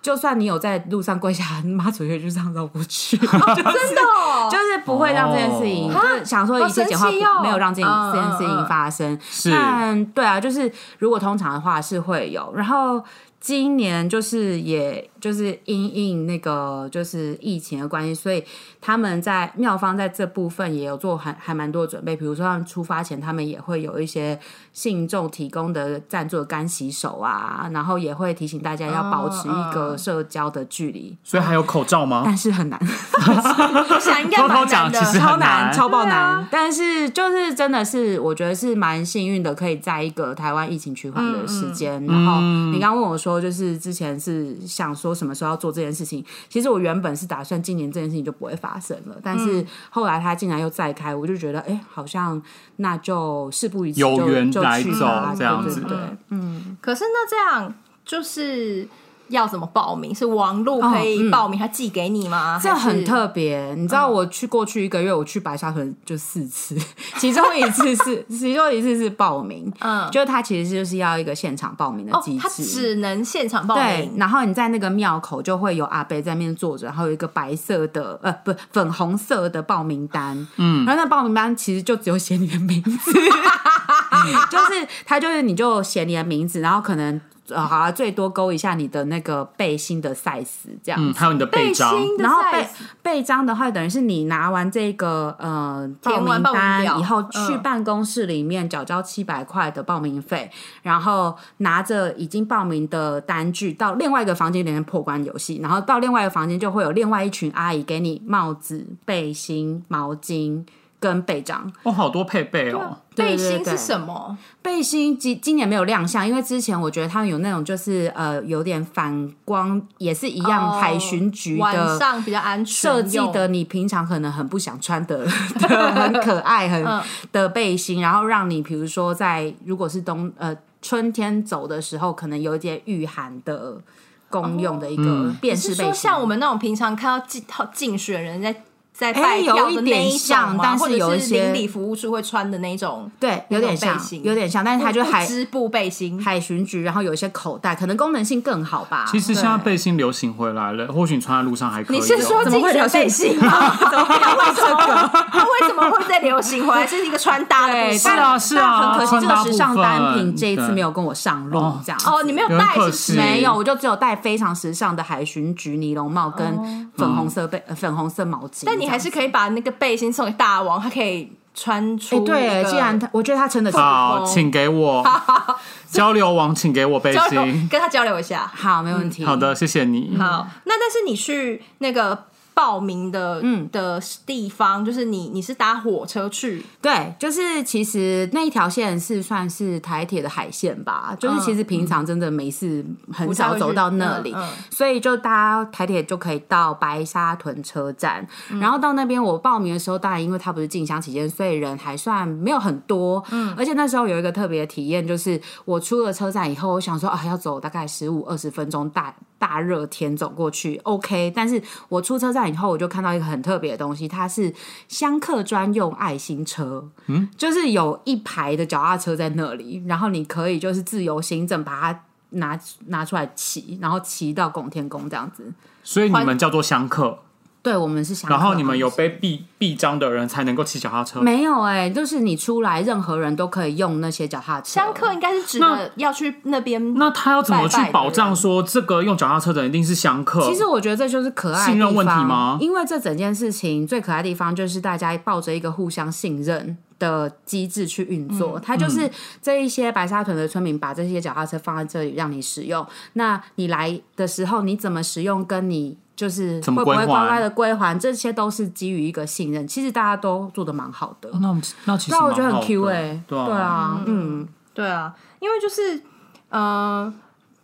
S4: 就算你有在路上跪下，妈祖也就这样绕过去， (laughs)
S1: (laughs)
S2: 真的哦、
S4: 就是不会让这件事
S1: 哦
S4: 情，就是想说一切简化
S2: 好神奇哦，
S4: 没有让这件
S2: 嗯
S4: 这件事情发生。
S1: 是
S4: 但对啊，就是如果通常的话是会有，然后今年就是也就是因应那个就是疫情的关系，所以他们在妙方在这部分也有做还还蛮多的准备，比如说他们出发前，他们也会有一些信众提供的赞助的干洗手啊，然后也会提醒大家要保持一个
S2: 嗯
S4: 社交的
S1: (laughs)
S4: 距离，
S1: 所以还有口罩吗？
S4: 但是很难。
S2: 我想应该
S1: 偷偷
S2: 蛮难
S1: 讲
S2: 的。
S1: 其实很
S4: 超难，
S1: 难
S4: 超爆难。但是就是真的是，我觉得是蛮幸运的，可以在一个台湾疫情趋缓的时间。然后
S1: 嗯
S4: 你刚刚问我说，就是之前是想说什么时候要做这件事情，其实我原本是打算今年这件事情就不会发生了，但是后来他竟然又再开，我就觉得哎、好像那就事不宜迟，
S1: 有
S4: 就
S1: 缘
S4: 就
S1: 来
S4: 去
S1: 走
S4: 吧
S1: 这样子
S4: 对对对
S2: 可是那这样就是要怎么报名？是网络可以报名，他寄给你吗？
S4: 哦嗯这
S2: 还是嗯
S4: 很特别，你知道我去过去一个月，我去白沙屯就四次，其中一次是 (laughs) 其中一次是报名，
S2: 嗯
S4: 就是它其实就是要一个现场报名的
S2: 哦
S4: 机，
S2: 他
S4: 制。
S2: 只能现场报
S4: 对，
S2: 名。
S4: 然后你在那个庙口就会有阿伯在那边坐着，然后有一个白色的呃不粉红色的报名单，嗯，然后那报名单其实就只有写你的名
S2: (laughs)
S4: 字，就是他就是你就写你的名字，然后可能呃好了最多勾一下你的那个背心的 size 这样子
S1: 嗯，还有你的背章，
S2: 心的
S4: 然后
S2: size
S4: 背背章的话，等于是你拿完这个呃报
S2: 填完
S4: 名
S2: 报名
S4: 单
S2: 表
S4: 以后，去
S2: 嗯
S4: 办公室里面缴交七百块的报名费，然后拿着已经报名的单据到另外一个房间里面破关游戏，然后到另外一个房间就会有另外一群阿姨给你帽子、背心、毛巾跟背章。
S1: 哦，好多配备哦，
S4: 对对
S2: 背心
S4: 对
S2: 是什么？
S4: 背心今今年没有亮相，因为之前我觉得他们有那种就是呃有点反光，也是一样
S2: 哦
S4: 海巡局的、
S2: 晚上比较安全，
S4: 设计的你平常可能很不想穿的的很可爱很
S2: 嗯
S4: 的背心，然后让你比如说在如果是冬呃春天走的时候，可能有一点御寒的公用
S1: 嗯
S4: 的一个辨
S2: 哦是
S4: 识背心。
S2: 说像我们那种平常看到竞竞选人在在
S4: 哎
S2: 拜票
S4: 有一
S2: 的
S4: 点
S2: 那种
S4: 像
S2: 吗
S4: 但是
S2: 或者
S4: 有一
S2: 是
S4: 些
S2: 邻里服务处会穿的那种，
S4: 对，
S2: 那
S4: 有点
S2: 种
S4: 像
S2: 背心，
S4: 有点像，但是它就
S2: 不
S4: 海
S2: 织布背心，
S4: 海巡局，然后有一些口袋，可能功能性更好吧。
S1: 其实现在
S4: 对
S1: 背心流行回来了，或许你穿在路上还可以哦。
S2: 你是说
S4: 怎么会
S2: 竞
S4: 流行
S2: 选背心吗？ (laughs) 怎
S4: (laughs)
S2: 么会为什么？它为什么会在流行回来？是一个穿搭的部
S4: 对，
S2: 分
S1: 是啊
S4: 但
S1: 是啊
S4: 但很可惜，这
S1: 穿
S4: 个
S1: 搭
S4: 时尚单
S1: 部
S4: 品
S1: 分
S4: 这一次
S1: 对
S4: 没有跟我上路
S1: 哦，
S4: 这样子
S2: 哦，你没有
S1: 有
S2: 带
S1: 可
S2: 是不
S1: 惜
S2: 是？
S4: 没有，我就只有带非常时尚的海巡局尼龙帽跟粉红色背、呃粉红色毛巾。
S2: 哦但你还是可以把那个背心送给大王，他可以穿
S4: 这样
S2: 出一
S4: 子
S2: 个。
S4: 哎，对，既然他我觉得他撑得起。
S1: 好，请给
S4: (laughs)
S1: 我交流网，请给我背
S2: 交流
S1: 心。
S2: 跟他交流一下。
S4: 好，没问题。
S1: 好，的，谢谢你。
S2: 好，那但是你去那个报名的嗯的地方，就是你你是搭火车去，
S4: 对，就是其实那一条线是算是台铁的海线吧，就是其实平常真的没事，很少走到那里
S2: 嗯嗯，
S4: 所以就搭台铁就可以到白沙屯车站，
S2: 嗯
S4: 然后到那边我报名的时候，当然因为它不是进香期间，所以人还算没有很多，嗯，而且那时候有一个特别的体验，就是我出了车站以后，我想说啊要走大概十五二十分钟大。大热天走过去，OK。但是我出车站以后，我就看到一个很特别的东西，它是香客专用爱心车，嗯，就是有一排的脚踏车在那里，然后你可以就是自由行政把它拿拿出来骑，然后骑到拱天宫这样子。
S1: 所以你们叫做相克，
S4: 对，我们是香客。
S1: 然后你们有背臂臂章的人才能够骑脚踏车。
S4: 没有、哎，就是你出来，任何人都可以用那些脚踏车。
S2: 香客应该是指的要去那边。
S1: 那他要怎么去
S2: 拜拜的
S1: 保障
S2: 人
S1: 说这个用脚踏车的人一定是相克？
S4: 其实我觉得这就是可爱的
S1: 呃信任
S4: 地
S1: 问题
S4: 方
S1: 吗
S4: 因为这整件事情最可爱的地方就是大家抱着一个互相信任。的机制去运
S1: 嗯
S4: 作，它就是这一些白沙屯的村民把这些脚踏车放在这里让你使用。那你来的时候，你怎么使用，跟你就是
S1: 怎么
S4: 会不会
S1: 归还
S4: 乖乖的归还，这些都是基于一个信任。其实大家都做的蛮好的，
S1: 哦那我们那其实
S4: 那我觉得
S1: 蛮好
S4: 很
S1: 的
S4: Q 哎、
S1: 对
S4: 对
S1: 啊，
S4: 啊，嗯，
S2: 对啊，因为就是呃，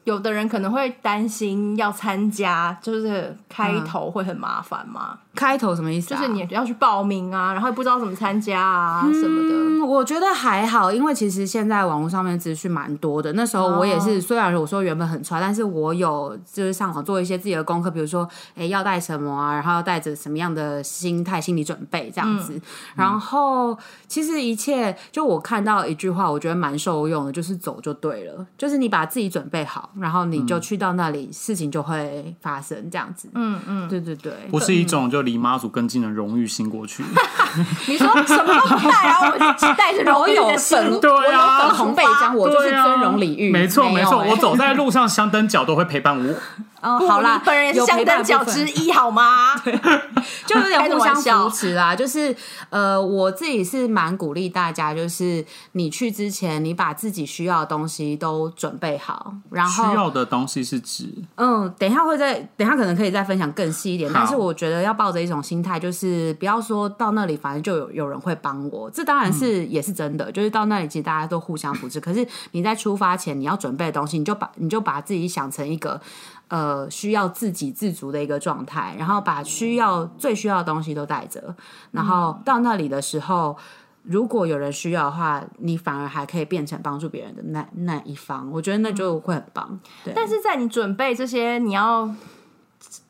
S2: 有的人可能会担心要参加，就是开头会很麻烦嘛，
S4: 开头什么意嗯思、啊？
S2: 就是你要去报名啊，然后也不知道怎么参加啊、什么的。
S4: 嗯，我觉得还好，因为其实现在网络上面资讯蛮多的。那时候我也
S1: 哦
S4: 是，虽然我说原本很差，但是我有就是上网做一些自己的功课，比如说，哎、要带什么啊，然后要带着什么样的心态、心理准备这样子。
S1: 嗯
S4: 然后其实一切，就我看到一句话，我觉得蛮受用的，就是走就对了，就是你把自己准备好，然后你
S1: 嗯
S4: 就去到那里，事情就会发生这样子。嗯嗯，对对对，
S1: 不是一
S4: 嗯
S1: 种就离妈祖更近的荣誉心过去。
S4: (laughs)
S2: 你说什么都不 (laughs) 带，然后我带着荣
S4: 我
S2: 誉
S4: 有
S2: 的心
S4: 粉，
S1: 对 (laughs) 啊
S4: 我有粉红背章，我就是
S1: 对啊
S4: 尊荣礼遇。
S1: 没错
S4: 有
S1: 没错，
S4: 欸
S1: 我走在路
S4: (laughs)
S1: 上，香灯脚都会陪伴我。
S4: 哦，好啦，
S2: 你本人也是
S4: 有
S2: 香
S4: 陪伴
S2: 灯
S4: 的
S2: 脚
S4: 部分 (laughs)
S2: 之一，好吗？
S4: 就有点
S2: 开着
S4: 互
S2: 玩
S4: 相
S2: 笑
S4: 扶持啦。就是呃，我自己是蛮鼓励大家，就是你去之前，你把自己需要的东西都准备好，然
S1: 需
S4: 后
S1: 要的东西是指
S4: 嗯，等一下会再，等一下可能可以再分享更细一点。
S1: 好
S4: 但是我觉得要抱着一种心态，就是不要说到那里，反正就有有人会帮我。这当然是、也是真的，就是到那里其实大家都互相扶持。可是你在出发前，你要准备的东西，你就把你就把自己想成一个呃需要自给自足的一个状态，然后把需要最需要的东西都带着，然后到那里的时候。如果有人需要的话，你反而还可以变成帮助别人的那那一方，我觉得那就会很棒。对，
S2: 但是在你准备这些你要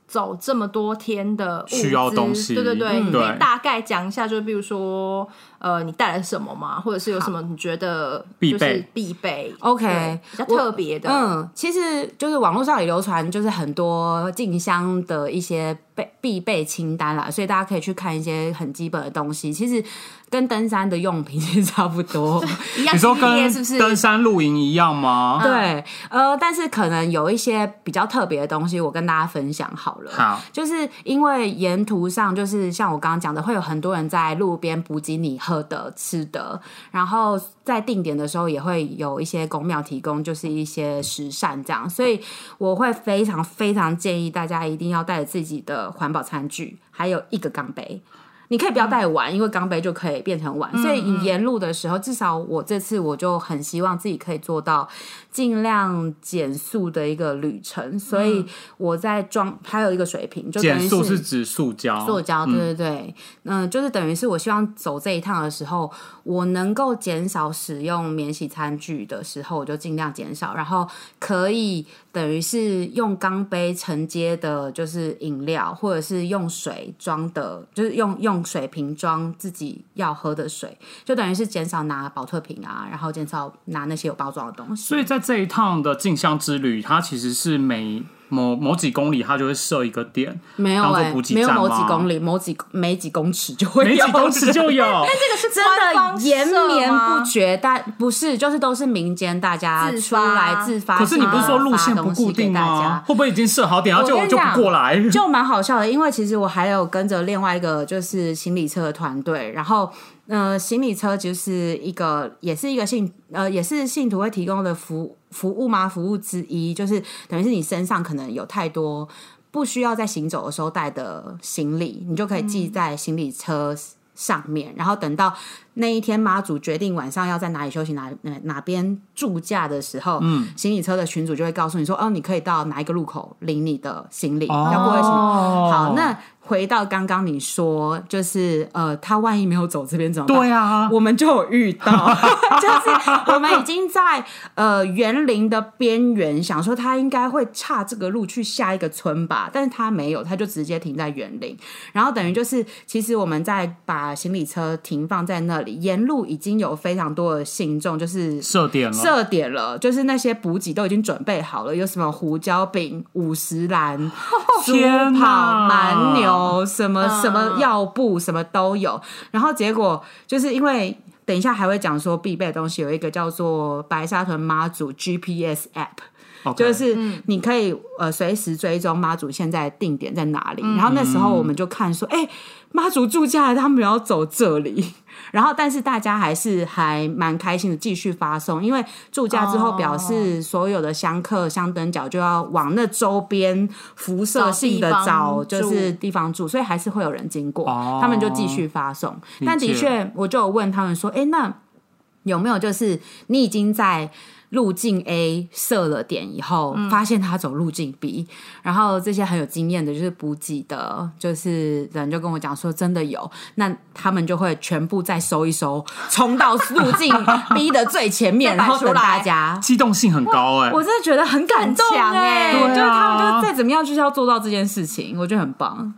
S2: 走这么多天的物资
S1: 需要东西
S2: 对对对，
S1: 嗯
S2: 你可
S1: 对
S2: 以大概讲一下，就比如说呃，你带了什么吗？或者是有什么你觉得
S1: 必
S2: 就
S1: 备
S2: 是必备
S4: OK，
S2: 对比较
S4: 我
S2: 特别的，
S4: 嗯，其实就是网络上也流传，就是很多进香的一些备必备清单啦，所以大家可以去看一些很基本的东西。其实跟登山的用品 (laughs) 其实差不多。
S2: 一样
S1: 你说
S2: 系列
S1: 跟
S2: 是不是？
S1: 登山露营一样吗？
S4: 对，呃，但是可能有一些比较特别的东西，我跟大家分享好了。
S1: 好
S4: 就是因为沿途上，就是像我刚刚讲的，会有很多人在路边补给你喝的、吃的，然后在定点的时候也会有一些公庙提供，就是一些食膳这样，所以我会非常非常建议大家一定要带着自己的环保餐具，还有一个钢杯。你可以不要带碗，因为钢杯就可以变成碗。
S1: 嗯
S4: 所以你沿路的时候，至少我这次我就很希望自己可以做到尽量减速的一个旅程。所以我在装还有一个水瓶，就等
S1: 嗯减
S4: 于
S1: 速
S4: 是
S1: 是指塑胶，
S4: 塑胶，对对对，嗯、就是等于是我希望走这一趟的时候，我能够减少使用免洗餐具的时候，我就尽量减少，然后可以等于是用钢杯承接的，就是饮料，或者是用水装的，就是用用水瓶装自己要喝的水，就等于是减少拿保特瓶啊，然后减少拿那些有包装的东西。
S1: 所以在这一趟的进香之旅，它其实是每某某几公里，它就会设一个点，
S4: 没有
S1: 当做
S4: 哎、
S1: 补给
S4: 没有
S1: 站
S4: 某
S1: 吗
S4: 几公里，某几每几公尺就会
S1: 每
S4: 有
S1: 几公尺
S4: 人
S1: 就有。
S2: 这个是
S4: 真
S2: 官方
S4: 的延
S2: 设
S4: 绵
S2: 吗
S4: 不绝，但不是，就是都是民间大家
S2: 自
S4: 出
S2: 发
S4: 来自发
S1: 可
S4: 性
S1: 是你
S4: 地
S1: 不
S4: 发
S1: 是
S4: 东西给大家。
S1: 说路线不固定吗？会不会已经设好点，然后
S4: 我
S1: 就
S4: 跟你
S1: 就
S4: 讲
S1: 不过来？
S4: 就蛮好笑的，因为其实我还有跟着另外一个就是行李车的团队，然后呃，行李车就是一个也是一个信呃也是信徒会提供的服服务吗？服务之一就是等于是你身上可能有太多不需要在行走的时候带的行李，你就可以寄在行李车。上面，然后等到那一天妈祖决定晚上要在哪里休息、哪哪哪边住驾的时候，嗯，行李车的群主就会告诉你说，哦，你可以到哪一个路口领你的行李，
S1: 哦
S4: 要过什么。哦好，那回到刚刚你说，就是呃，他万一没有走这边怎么办？
S1: 对啊，
S4: 我们就有遇到，就是我们已经在呃园林的边缘，想说他应该会岔这个路去下一个村吧，但是他没有，他就直接停在园林，然后等于就是其实我们在把行李车停放在那里，沿路已经有非常多的信众，就是
S1: 设点了，
S4: 设点了，就是那些补给都已经准备好了，有什么胡椒饼、五十兰、猪
S1: 天
S4: 跑、
S1: 哪
S4: 蛮牛，什么
S2: 嗯
S4: 什么药布，什么都有。然后结果就是因为。等一下还会讲说必备的东西，有一个叫做白沙屯妈祖 GPS app，
S1: OK
S4: 就是你可以呃随时追踪妈祖现在定点在哪里。然后那时候我们就看说，哎、妈祖住家了，他们要走这里。 (laughs) 然后，但是大家还是还蛮开心的，继续发送，因为住家之后表示所有的香客、香灯脚就要往那周边辐射性的找，
S2: 找地方
S4: 就是地方住，所以还是会有人经过，
S1: 哦
S4: 他们就继续发送。
S1: 理解
S4: 但的确，我就有问他们说，哎，那有没有就是你已经在路径 A 设了点以后，
S2: 嗯
S4: 发现他走路径 B，、然后这些很有经验的，就是补给的，就是人就跟我讲说，真的有，那他们就会全部再收一收，冲到路
S2: (laughs)
S4: 径 B 的最前面，
S2: 再
S4: 然
S2: 摆
S4: 后
S2: 出来
S4: 等大家。
S1: 机动性很高哎、
S4: 我真的觉得很感动
S2: 很强
S4: 哎、
S2: 欸
S4: 就是
S1: 对啊
S4: 他们就是再怎么样就是要做到这件事情，我觉得很棒。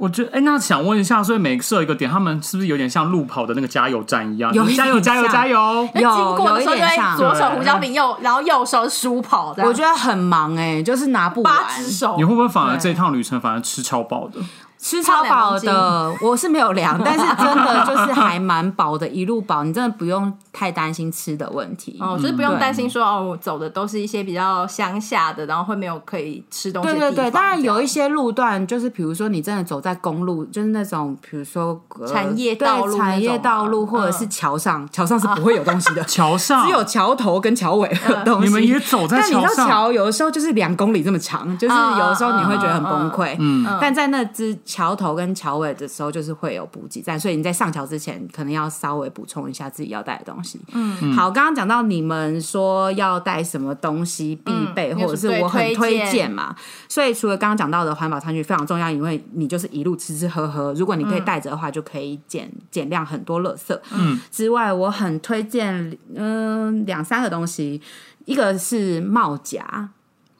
S1: 我觉得，哎，那想问一下，所以每设一个点，他们是不是有点像路跑的那个加油站一样？
S4: 有一点
S1: 加油，加油，
S4: 像
S1: 加油！
S4: 有
S2: 经过的时候
S4: 有一
S2: 就
S4: 点
S2: 会
S4: 像
S2: 左手胡椒饼，右然后右手书跑这样，
S4: 我觉得很忙哎、就是拿不完。
S2: 啊八只手
S1: 你会不会反而这一趟旅程反而吃超饱的？。
S4: 吃超饱的，我是没有量，但是真的就是还蛮饱的，一路饱，你真的不用太担心吃的问题。
S2: 哦，就是
S4: 嗯
S2: 不用担心说哦，我走的都是一些比较乡下的，然后会没有可以吃东西
S4: 对
S2: 的
S4: 对对，
S2: 地方
S4: 当然
S2: 这样
S4: 有一些路段，就是比如说你真的走在公路，就是那种比如说、呃
S2: 产业道路
S4: 对
S2: 那种吗
S4: 产业道路嗯或者是桥上，桥上是不会有东西的 (laughs)
S1: 桥上嗯
S4: 只有桥头跟桥尾会有东西，
S1: 你们也走在
S4: 但你知
S1: 桥
S4: 道
S1: 上
S4: 桥有的时候就是两公里这么长，就是
S2: 嗯嗯
S4: 有的时候你会觉得很崩溃。
S1: 啊嗯
S2: 嗯
S4: 但在那只桥头跟桥尾的时候，就是会有补给站，所以你在上桥之前，可能要稍微补充一下自己要带的东西。嗯，好，刚刚讲到你们说要带什么东西必备，
S2: 嗯
S4: 或者是我很
S2: 就是对推
S4: 推
S2: 荐
S4: 荐嘛。所以除了刚刚讲到的环保餐具非常重要，因为你就是一路吃吃喝喝，如果你可以带着的话，就可以减减量很多垃圾。嗯，之外，我很推荐嗯两三个东西，一个是帽夹，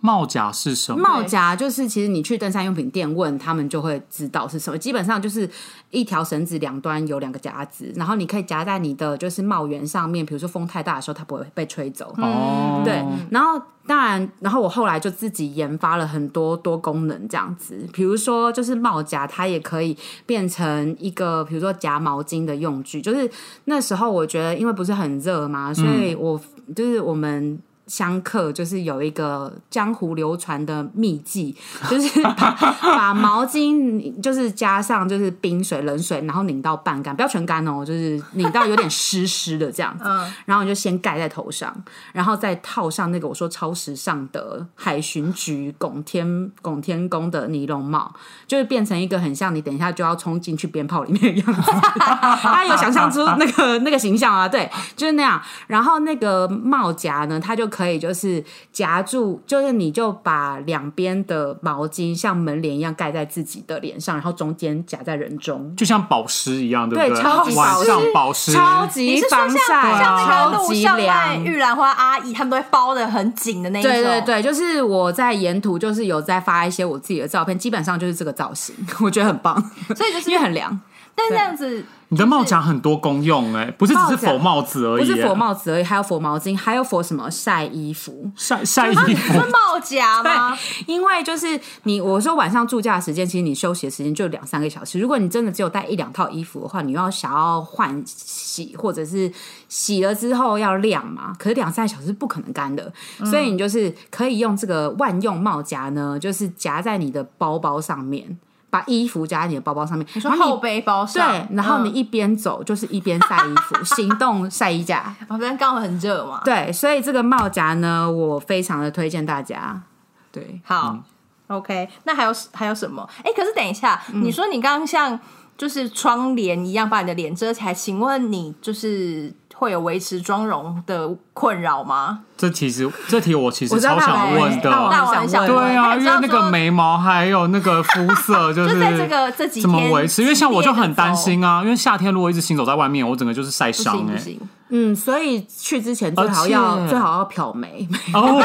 S1: 帽甲是什么？
S4: 帽夹就是，其实你去登山用品店问，他们就会知道是什么。基本上就是一条绳子两端有两个夹子，然后你可以夹在你的就是帽檐上面，比如说风太大的时候，它不会被吹走。
S1: 哦，
S4: 嗯对，然后当然，然后我后来就自己研发了很多多功能这样子，比如说就是帽夹，它也可以变成一个，比如说夹毛巾的用具。就是那时候我觉得，因为不是很热嘛，所以我、就是我们。相克就是有一个江湖流传的秘技， (laughs) 就是把把毛巾就是加上就是冰水、冷水，然后拧到半干，不要全干哦，就是拧到有点湿湿的这样子。然后你就先盖在头上，然后再套上那个我说超时尚的海巡局拱天拱天宫的尼龙帽，就是变成一个很像你等一下就要冲进去鞭炮里面的样子。大家有想象出那个那个形象啊？对，就是那样。然后那个帽夹呢，它就可以就是夹住，就是你就把两边的毛巾像门帘一样盖在自己的脸上，然后中间夹在人中。
S1: 就像宝石一样，对不
S4: 对，超级
S1: 晚
S4: 保
S1: 上
S4: 湿
S1: 宝石，
S4: 超
S2: 你
S4: 级
S2: 是说
S4: 防
S2: 像
S1: 啊
S4: 晒，
S2: 像那个
S4: 超
S2: 路
S4: 级
S2: 上卖
S4: 凉。
S2: 玉兰花阿姨，他们都会包的很紧的那一种，
S4: 对对对，就是我在沿途就是有在发一些我自己的照片，基本上就是这个造型， (laughs) 我觉得很棒，
S2: 所以就是
S4: 因为很凉，
S2: 但是这样子，
S1: 你的帽夹很多功用哎、不是只是
S4: 帽
S1: 佛
S4: 夹
S1: 帽子而
S4: 不
S1: 已、
S4: 是
S1: 欸，
S4: 佛帽子而已，还有佛毛巾，还有佛什么晒衣服。
S1: 晒晒衣
S2: 啊，你
S1: 服
S2: 说帽夹吗？
S4: 因为就是你，我说晚上住假的时间，其实你休息的时间就两三个小时。如果你真的只有带一两套衣服的话，你又要想要换洗，或者是洗了之后要晾嘛，可是两三个小时是不可能干的，
S2: 嗯
S4: 所以你就是可以用这个万用帽夹呢，就是夹在你的包包上面。把衣服夹在你的包包上面，
S2: 你说
S4: 然后你
S2: 后背包上，
S4: 对，然后你
S2: 嗯
S4: 一边走就是一边晒衣
S2: (laughs)
S4: 服，行动晒衣架。
S2: 哦，但刚好很热嘛，
S4: 对，所以这个帽夹呢，我非常的推荐大家。对，
S2: 好、o
S1: 嗯
S2: k 那还有还有什么？哎、可是等一下，
S1: 嗯
S2: 你说你刚刚像就是窗帘一样把你的脸遮起来，请问你就是会有维持妆容的困扰吗？
S1: 这其实这题我其
S4: 我
S1: 实
S4: 知
S1: 超
S4: 道
S1: 想问
S4: 大王
S1: 的，
S2: 那我很想问，
S1: 对啊，
S2: 哎他也
S1: 因
S2: 知
S1: 为
S2: 道
S1: 那个
S2: 说
S1: 眉毛还有那个肤
S2: (laughs)
S1: 色，就
S2: 就是在这个这几天
S1: 怎么维持？因为像我就很担
S2: 激烈
S1: 心啊，因为夏天如果一直行走在外面，我整个就是晒
S2: 地走，不
S1: 伤
S2: 行不
S1: 哎、
S2: 行，
S4: 嗯，所以去之前最好
S1: 而
S4: 要
S1: 且
S4: 最好要
S1: (laughs)
S4: 漂眉，
S1: 哦，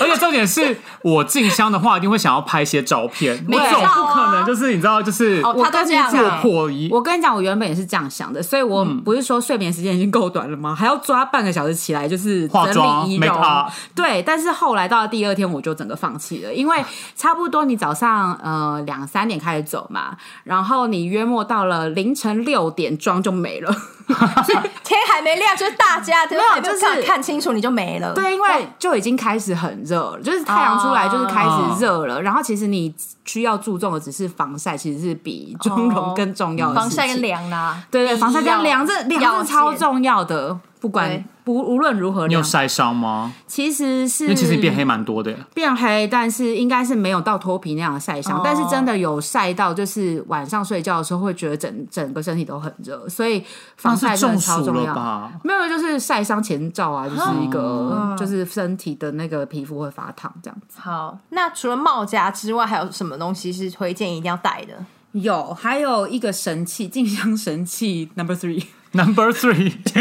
S1: 而且重点是我进香的话，一定会想要拍一些照片，我
S2: 没有
S1: 总不
S2: 啊
S1: 可能就是你知道，就是
S2: 哦，他都
S4: 跟
S2: 这
S4: 你
S2: 样
S1: 落
S2: 啊
S1: 魄一
S4: 我跟你讲，我原本也是这样想的，所以我
S1: 嗯
S4: 不是说睡眠时间已经够短了吗？还要抓半个小时起来，就是
S1: 化
S4: 整
S1: 妆
S4: 理仪
S1: make
S4: 容
S1: up。
S4: 对，但是后来到了第二天，我就整个放弃了，
S1: (laughs)
S4: 因为差不多你早上呃两三点开始走嘛，然后你约莫到了凌晨六点妆就没了。
S2: 所以天还没亮，就是大家没
S4: 有就是
S2: 看看清楚你就没了。
S4: 对，因为就已经开始很热了，就是太阳出来就是开始热
S2: 哦
S4: 了。然后其实你需要注重的只是防晒，其实是比妆容更重要的
S2: 哦防
S4: 事情
S2: 晒跟凉啦，
S4: 对对，防晒跟凉这凉
S2: 要
S4: 是超
S2: 紧
S4: 重要的，不管
S2: 对
S4: 不无论如何
S1: 你有
S4: 凉，
S1: 晒伤吗？
S4: 其实是
S1: 因为其实你变黑蛮多的
S2: 嗯
S1: 耶，
S4: 变黑，但是应该是没有到脱皮那样的晒伤，
S2: 哦
S4: 但是真的有晒到，就是晚上睡觉的时候会觉得整整个身体都很热，所以防
S1: 那是
S4: 晒真
S1: 中
S4: 的超
S1: 暑
S4: 重
S1: 了
S4: 要。
S1: 吧？
S4: 没有，就是晒伤前兆啊，就是一个，就是身体的那个皮肤会发烫这样子。
S2: 好，那除了帽夹之外，还有什么东西是推荐一定要带的？
S4: 有，还有一个神器，静香神器 Number Three，
S1: Number three， (laughs)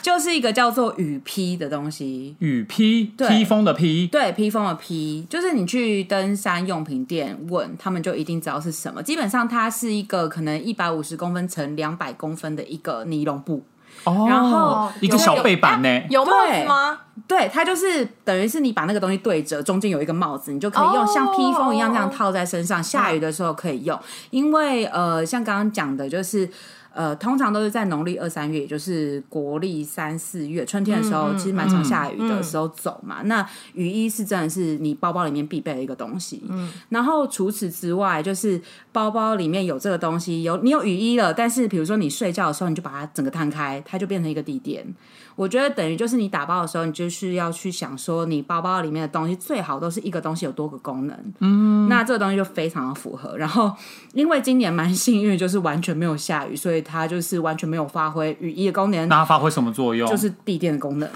S4: 就是一个叫做雨披的东西。
S1: 雨披，
S4: 对
S1: 披风的披，
S4: 对，披风的披，就是你去登山用品店问，他们就一定知道是什么。基本上它是一个可能一百五十公分乘两百公分的一个尼龙布，
S1: 哦，
S4: 然后
S1: 一个小背板呢、
S2: 有帽子吗？
S4: 对，它就是等于是你把那个东西对折，中间有一个帽子，你就可以用
S2: 哦
S4: 像披风一样这样套在身上，下雨的时候可以用。因为呃，像刚刚讲的，就是呃，通常都是在农历二三月，也就是国历三四月，春天的时候，其实蛮常下雨的时候走嘛。那雨衣是真的是你包包里面必备的一个东西。嗯，然后除此之外，就是包包里面有这个东西，有你有雨衣了，但是比如说你睡觉的时候，你就把它整个摊开，它就变成一个地垫。我觉得等于就是你打包的时候，你就是要去想说，你包包里面的东西最好都是一个东西有多个功能。嗯，那这个东西就非常的符合。然后因为今年蛮幸运，就是完全没有下雨，所以它就是完全没有发挥雨衣的功能
S1: 那，它发挥什么作用？
S4: 就是地垫的功
S1: (laughs)
S4: 能，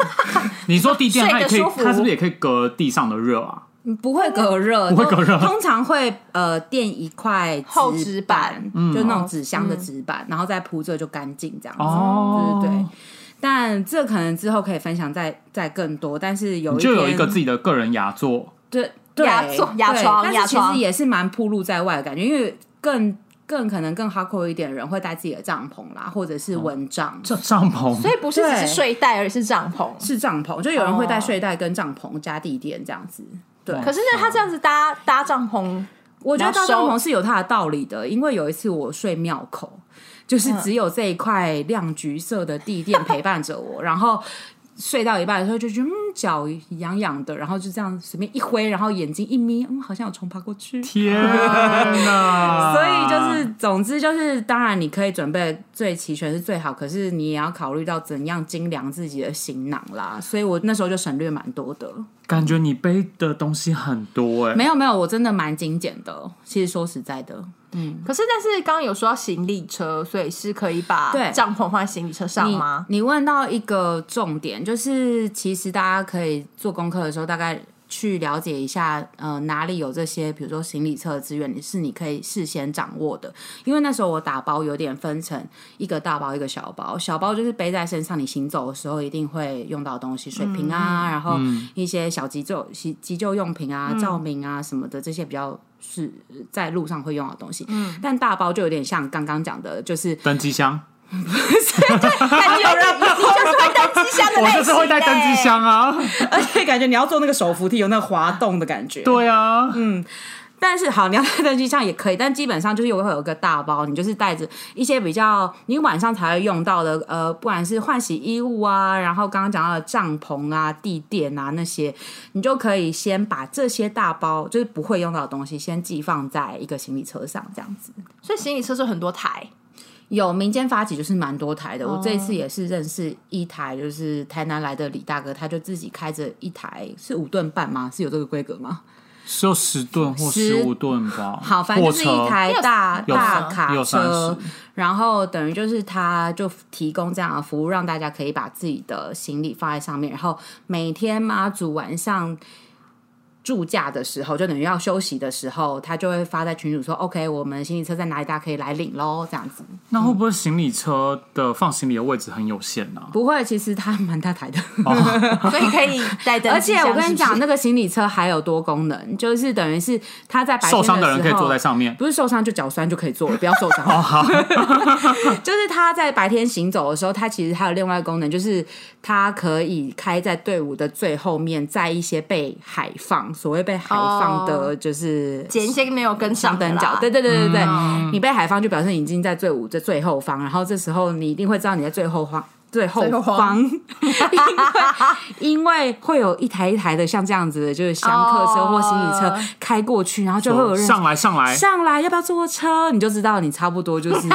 S1: 你说地垫，它也可以
S2: 睡得舒，服
S1: 它是不是也可以隔地上的热啊？
S4: 不会隔热，
S1: 不会隔热
S4: 通通常会呃垫一块
S2: 厚
S4: 纸
S2: 纸
S4: 板
S2: 板，
S1: 嗯
S4: 就那种纸箱的纸板，然后再铺着就干净这样子。
S1: 哦，
S4: 对对对。但这可能之后可以分享再再更多，但是有一
S1: 你就有一
S4: 天
S1: 个自己的个人雅座，
S4: 对，对
S2: 牙座牙
S4: 对
S2: 床
S4: 但
S2: 牙
S4: 是其
S2: 床
S4: 实也是蛮铺露在外的感觉，因为更更可能更 hardcore 一点的人会带自己的帐篷啦，或者是蚊帐。
S1: 这帐篷
S2: 所以不是
S4: 对
S2: 只是睡袋，而是帐篷。
S4: 是帐篷，就有人会带
S2: 哦
S4: 睡袋跟帐篷加地垫这样子。对，
S2: 可是呢，他这样子搭搭帐篷，
S4: 我觉得
S2: 然
S4: 搭
S2: 后
S4: 帐
S2: 收
S4: 篷是有它的道理的，因为有一次我睡庙口，就是只有这一块亮橘色的地垫陪伴着我， (laughs) 然后。睡到一半的时候就觉得嗯脚痒痒的，然后就这样随便一挥，然后眼睛一眯，嗯好像有虫爬过去。
S1: 天哪！
S4: (laughs) 所以就是，总之就是，当然你可以准备最齐全是最好，可是你也要考虑到怎样精良自己的行囊啦。所以我那时候就省略蛮多的。
S1: 感觉你背的东西很多哎、
S4: 没有没有，我真的蛮精简的。其实说实在的，
S2: 可是但是刚刚有说到行李车，所以是可以把
S4: 对
S2: 帐篷放在行李车上
S4: 你
S2: 吗？
S4: 你问到一个重点，就是其实大家可以做功课的时候，大概去了解一下，呃，哪里有这些，比如说行李车的资源，你是你可以事先掌握的。因为那时候我打包有点分成一个大包一个小包，小包就是背在身上，你行走的时候一定会用到的东西，水瓶啊，然后一些小急救、急急救用品
S2: 嗯
S4: 啊、照明啊什么的，这些比较。是呃在路上会用到的东西，嗯，但大包就有点像刚刚讲的，就是
S1: 登机箱，
S2: 感觉人你就是会带机箱的
S1: 我
S2: 类型
S1: 就是会带登机箱啊。
S4: 而且 (laughs) 感觉你要做那个手扶梯有那个滑动的感觉。，
S1: 对啊，
S4: 嗯但是好，你要带登机箱也可以，但基本上就是有会有一个大包，你就是带着一些比较你晚上才会用到的，呃，不管是换洗衣物啊，然后刚刚讲到的帐篷啊、地垫啊那些，你就可以先把这些大包就是不会用到的东西先寄放在一个行李车上，这样子。
S2: 所以行李车是很多台，
S4: 有民间发起就是蛮多台的，我这一次也是认识一台，就是台南来的李大哥，他就自己开着一台是五吨半吗？是有这个规格吗？
S1: 只有十吨或
S4: 十
S1: 十五吨吧。
S4: 好，反正就是一台大
S2: 有
S4: 大卡
S1: 有三
S4: 车
S1: 十，
S4: 然后等于就是他就提供这样的服务，让大家可以把自己的行李放在上面，然后每天妈祖晚上。住假的时候，就等于要休息的时候，他就会发在群主说：“OK，我们行李车在哪里，大家可以来领喽。”这样子
S1: 那会不会行李车的放行李的位置很有限啊呢、
S4: 不会，其实他蛮大台的。
S2: 所以可以带
S4: (laughs)
S2: 登
S4: 而
S2: 机
S4: 且
S2: 箱。
S4: 我跟你
S2: 是
S4: 讲，
S2: 不是
S4: 那个行李车还有多功能，就是等于是他在白天
S1: 受伤
S4: 的
S1: 的人可以
S4: 时候
S1: 坐在上面。
S4: 不是受伤就脚酸就可以坐了，不要受伤。
S1: (laughs)
S4: 哦，好， (laughs) 就是他在白天行走的时候，他其实还有另外一个功能，就是他可以开在队伍的最后面，在一些被海放，所谓被海放的，
S2: 哦
S4: 就是
S2: 捡一些没有跟上
S4: 上
S2: 的
S4: 灯
S2: 啦 (laughs)
S4: 脚，对对对对对，你被海放就表示你已经在最五最最后方，然后这时候你一定会知道你在最后方。最后
S2: 最后
S4: 方 (laughs)
S2: 方，
S4: 因为因为会有一台一台的像这样子的，就是厢客车或行李车
S2: 哦
S4: 开过去，然后就会有人
S1: 上来上来，
S4: 上来要不要坐车，你就知道你差不多就是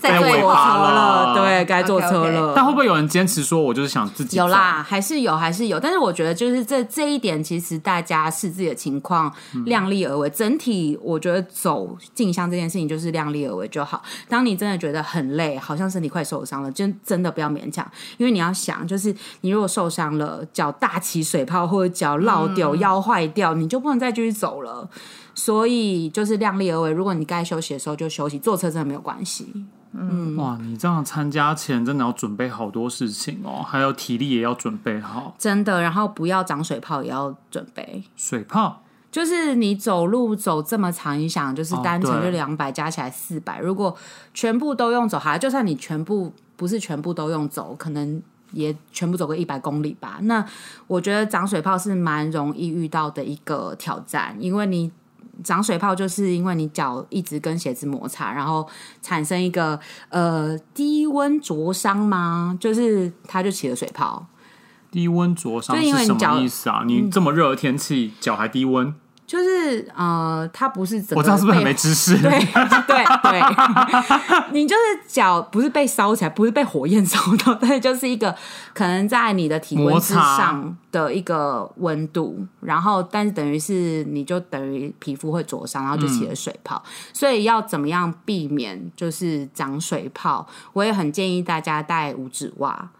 S2: 在
S4: 坐
S2: 尾
S4: 车
S2: 巴
S1: 了
S4: 对，该坐车
S2: OK，OK
S4: 了。
S1: 但会不会有人坚持说，我就是想自己
S4: 有
S1: 走
S4: 啦，还是有，还是有。但是我觉得，就是这这一点，其实大家视自己的情况量力而为。整体，我觉得走进香这件事情就是量力而为就好。当你真的觉得很累，好像身体快受伤了，真真的不要勉强，因为你要想，就是你如果受伤了，脚大起水泡或者脚落掉、腰坏掉，你就不能再继续走了。所以就是量力而为，如果你该休息的时候就休息，坐车真的没有关系。
S1: 哇，你这样参加前真的要准备好多事情哦，还有体力也要准备好。
S4: 真的，然后不要长水泡也要准备。
S1: 水泡
S4: 就是你走路走这么长，你想就是
S1: 哦
S4: 单程就
S1: 对
S4: 两百，加起来四百。如果全部都用走，好，就算你全部不是全部都用走，可能也全部走个一百公里吧。那我觉得长水泡是蛮容易遇到的一个挑战，因为你长水泡就是因为你脚一直跟鞋子摩擦，然后产生一个呃低温灼伤吗？就是它就起了水泡。
S1: 低温灼伤
S4: 就是因为
S1: 是
S4: 你
S1: 什
S4: 脚
S1: 么意思啊？
S4: 嗯
S1: 你这么热的天气，脚还低温，
S4: 就是呃，它不是整个
S1: 我这样是不是很
S4: 被
S1: 没知识？
S4: 对 (laughs) 对对，你就是脚不是被烧起来，不是被火焰烧到， (laughs) 但是就是一个可能在你的体温之
S1: 摩擦
S4: 上的一个温度，然后但是等于是你就等于皮肤会灼伤，然后就
S1: 嗯
S4: 起了水泡，所以要怎么样避免就是长水泡？我也很建议大家戴五指袜，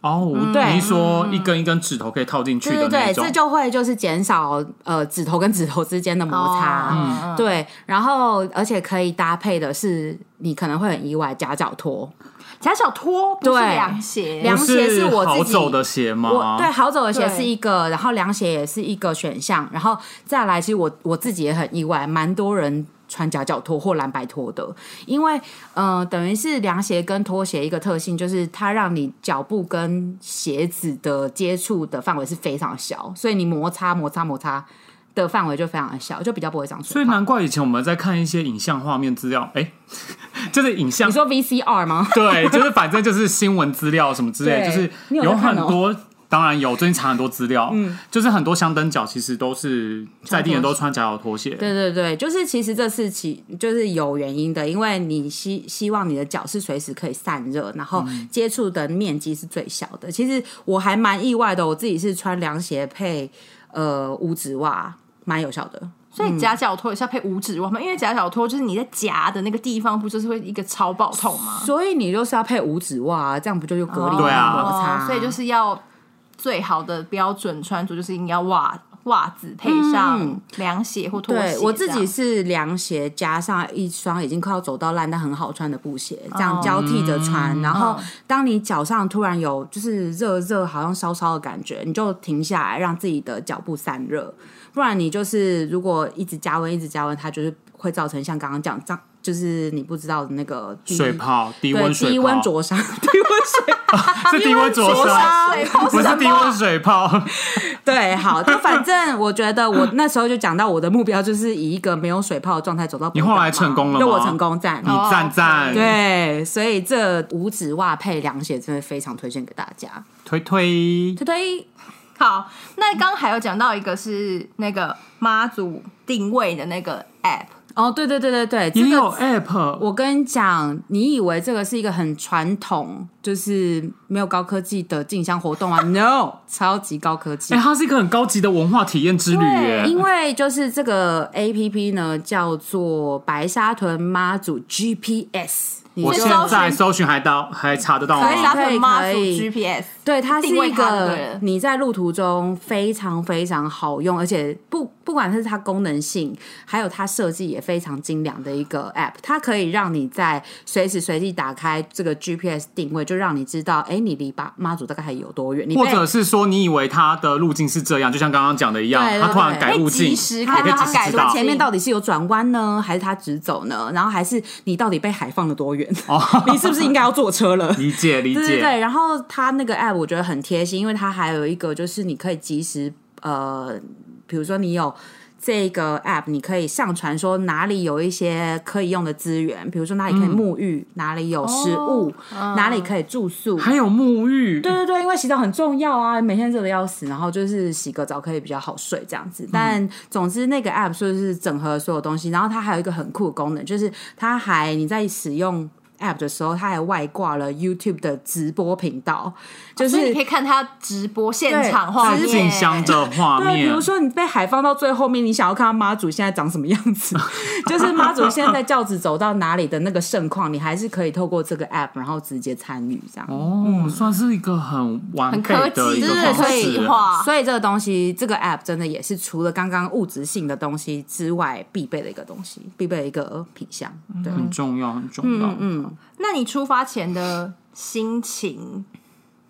S1: 哦，
S4: 对
S1: 你是说一根一根指头可以套进去
S4: 对
S1: 的
S4: 对
S1: 那
S4: 对，
S1: 种
S4: 这，就会就是减少呃指头跟指头之间的摩擦。
S2: 哦，
S4: 对，然后而且可以搭配的是，你可能会很意外夹脚拖，
S2: 夹脚拖不是
S4: 对
S2: 凉鞋，
S4: 凉
S1: 不
S4: 鞋是我自己
S1: 好走的鞋
S4: 我
S1: 吗？
S4: 对好走的鞋
S2: 对
S4: 是一个，然后凉鞋也是一个选项，然后再来，其实我我自己也很意外，蛮多人。穿夹脚拖或蓝白拖的，因为呃，等于是凉鞋跟拖鞋一个特性，就是它让你脚步跟鞋子的接触的范围是非常小，所以你摩擦摩擦摩擦的范围就非常的小，就比较不会长
S1: 所
S4: 水
S1: 以
S4: 泡。
S1: 难怪以前我们在看一些影像画面资料，哎、 (laughs) 就是影像
S4: 你，说 VCR 吗？
S1: 对， (laughs) 就是反正就是新闻资料什么之类，
S4: 对
S1: 就是
S4: 你有在
S1: 很
S4: 看哦
S1: 多。当然有，最近查很多资料，嗯，就是很多香灯脚其实都是在地人都穿夹脚拖鞋，
S4: 对对对，就是其实这是其就是有原因的，因为你希希望你的脚是随时可以散热，然后
S2: 嗯
S4: 接触的面积是最小的。其实我还蛮意外的，我自己是穿凉鞋配呃五指袜，蛮有效的。
S2: 所以夹脚拖也是要配五指袜嘛，因为夹脚拖就是你在夹的那个地方，不就是会一个超爆痛吗？
S4: 所以你就是要配五指袜、啊，这样不就又隔离
S2: 哦
S4: 又
S1: 对啊
S4: 摩擦、
S2: 所以就是要最好的标准穿着，就是应该袜袜子配上凉鞋或拖鞋这样。
S4: 嗯对我自己是凉鞋加上一双已经快要走到烂但很好穿的布鞋，这
S1: 哦
S4: 样交替着穿。然后
S2: 嗯
S4: 当你脚上突然有就是热热好像烧烧的感觉，你就停下来，让自己的脚步散热。不然你就是如果一直加温，一直加温，它就是会造成像刚刚讲，这样就是你不知道的那个低
S1: 水。泡、低
S4: 对
S1: 温水泡、
S4: 低温灼伤， (laughs) 低温水
S1: 是低温灼伤，
S2: 水泡
S1: 不是低温水泡，
S4: 对，好，就反正我觉得我那时候就讲到我的目标就是以一个没有水泡的状态走到
S1: 你后来成功了
S4: 对
S1: 吗
S4: 我成功赞，
S1: 你赞 (laughs) 赞，
S4: 对，所以这五指袜配凉鞋真的非常推荐给大家。
S1: 推推
S4: 推推，
S2: 好，那刚刚还有讲到一个是那个妈祖定位的那个 app，
S4: 哦，对对对对对，这
S1: 也有
S4: 个
S1: app，
S4: 我跟你讲，你以为这个是一个很传统，就是没有高科技的进香活
S1: (laughs)
S4: 动啊？No，超级高科技
S1: 哎、。它是一个很高级的文化体验之旅耶，
S4: 因为就是这个 A P P 呢，叫做白沙屯妈祖 G P S，你
S1: 我
S4: 就
S1: 现在搜寻还到还查得到
S2: 可以
S1: 吗？
S2: 搭配妈祖
S4: 可以
S2: GPS，
S4: 对，它是
S2: 定位
S4: 一
S2: 它就
S4: 个
S2: 对了
S4: 你在路途中非常非常好用，而且不不管是它功能性，还有它设计也非常精良的一个 App，它可以让你在随时随地打开这个 GPS 定位，就让你知道，哎，你离妈妈祖大概还有多远，你被
S1: 或者是说，你以为它的路径是这样，就像刚刚讲的一样
S4: 对，对
S1: 它突然
S4: 对
S1: 改路
S2: 可以
S1: 径，
S2: 及时
S1: 你
S2: 看
S1: 可以
S2: 到它
S1: 及时
S2: 改
S1: 知
S2: 路
S1: 道
S2: 径
S4: 前面到底是有转弯呢，还是它直走呢？然后还是你到底被海放了多远？ (laughs) 你是不是应该要坐车了？
S1: 哦
S4: (laughs)
S1: 理解理
S4: 对对
S1: 解，
S4: 对，然后它那个 app 我觉得很贴心，因为它还有一个就是你可以及时呃，比如说你有。这个 app 你可以上传说哪里有一些可以用的资源，比如说哪里可以
S1: 嗯
S4: 沐浴，哪里有食物，
S1: 哦
S4: 哪里可以
S1: (laughs)
S4: 住宿。
S1: 还有沐浴，
S4: 对对对，因为洗澡很重要啊，每天热的要死，然后就是洗个澡可以比较好睡这样子。
S2: 嗯
S4: 但总之那个 app 就是整合所有东西，然后它还有一个很酷的功能，就是它还你在使用 app 的时候，它还外挂了 YouTube 的直播频道，就
S2: 哦所以
S4: 是
S2: 你可以看它直播现场
S4: 对
S2: 画
S1: 在
S2: 面，
S1: 进香的画
S4: 对，比
S1: 面
S2: 啊
S4: 如，说你被海放到最后面，你想要看到妈祖现在长什么样子， (laughs) 就是妈祖现在在轿子走到哪里的那个盛况，你还是可以透过这个 app 然后直接参与这样。
S1: 哦，算是一个很完
S2: 很
S1: 备
S2: 科
S1: 的一
S2: 技，就
S1: 个
S2: 是
S1: 方
S2: 科
S1: 式
S2: 技。化。
S4: 所以这个东西，这个 app 真的也是除了刚刚物质性的东西之外，必备的一个东西，必备的一个品项。对，
S1: 啊很重要，很重要。嗯，
S2: 嗯，那你出发前的心情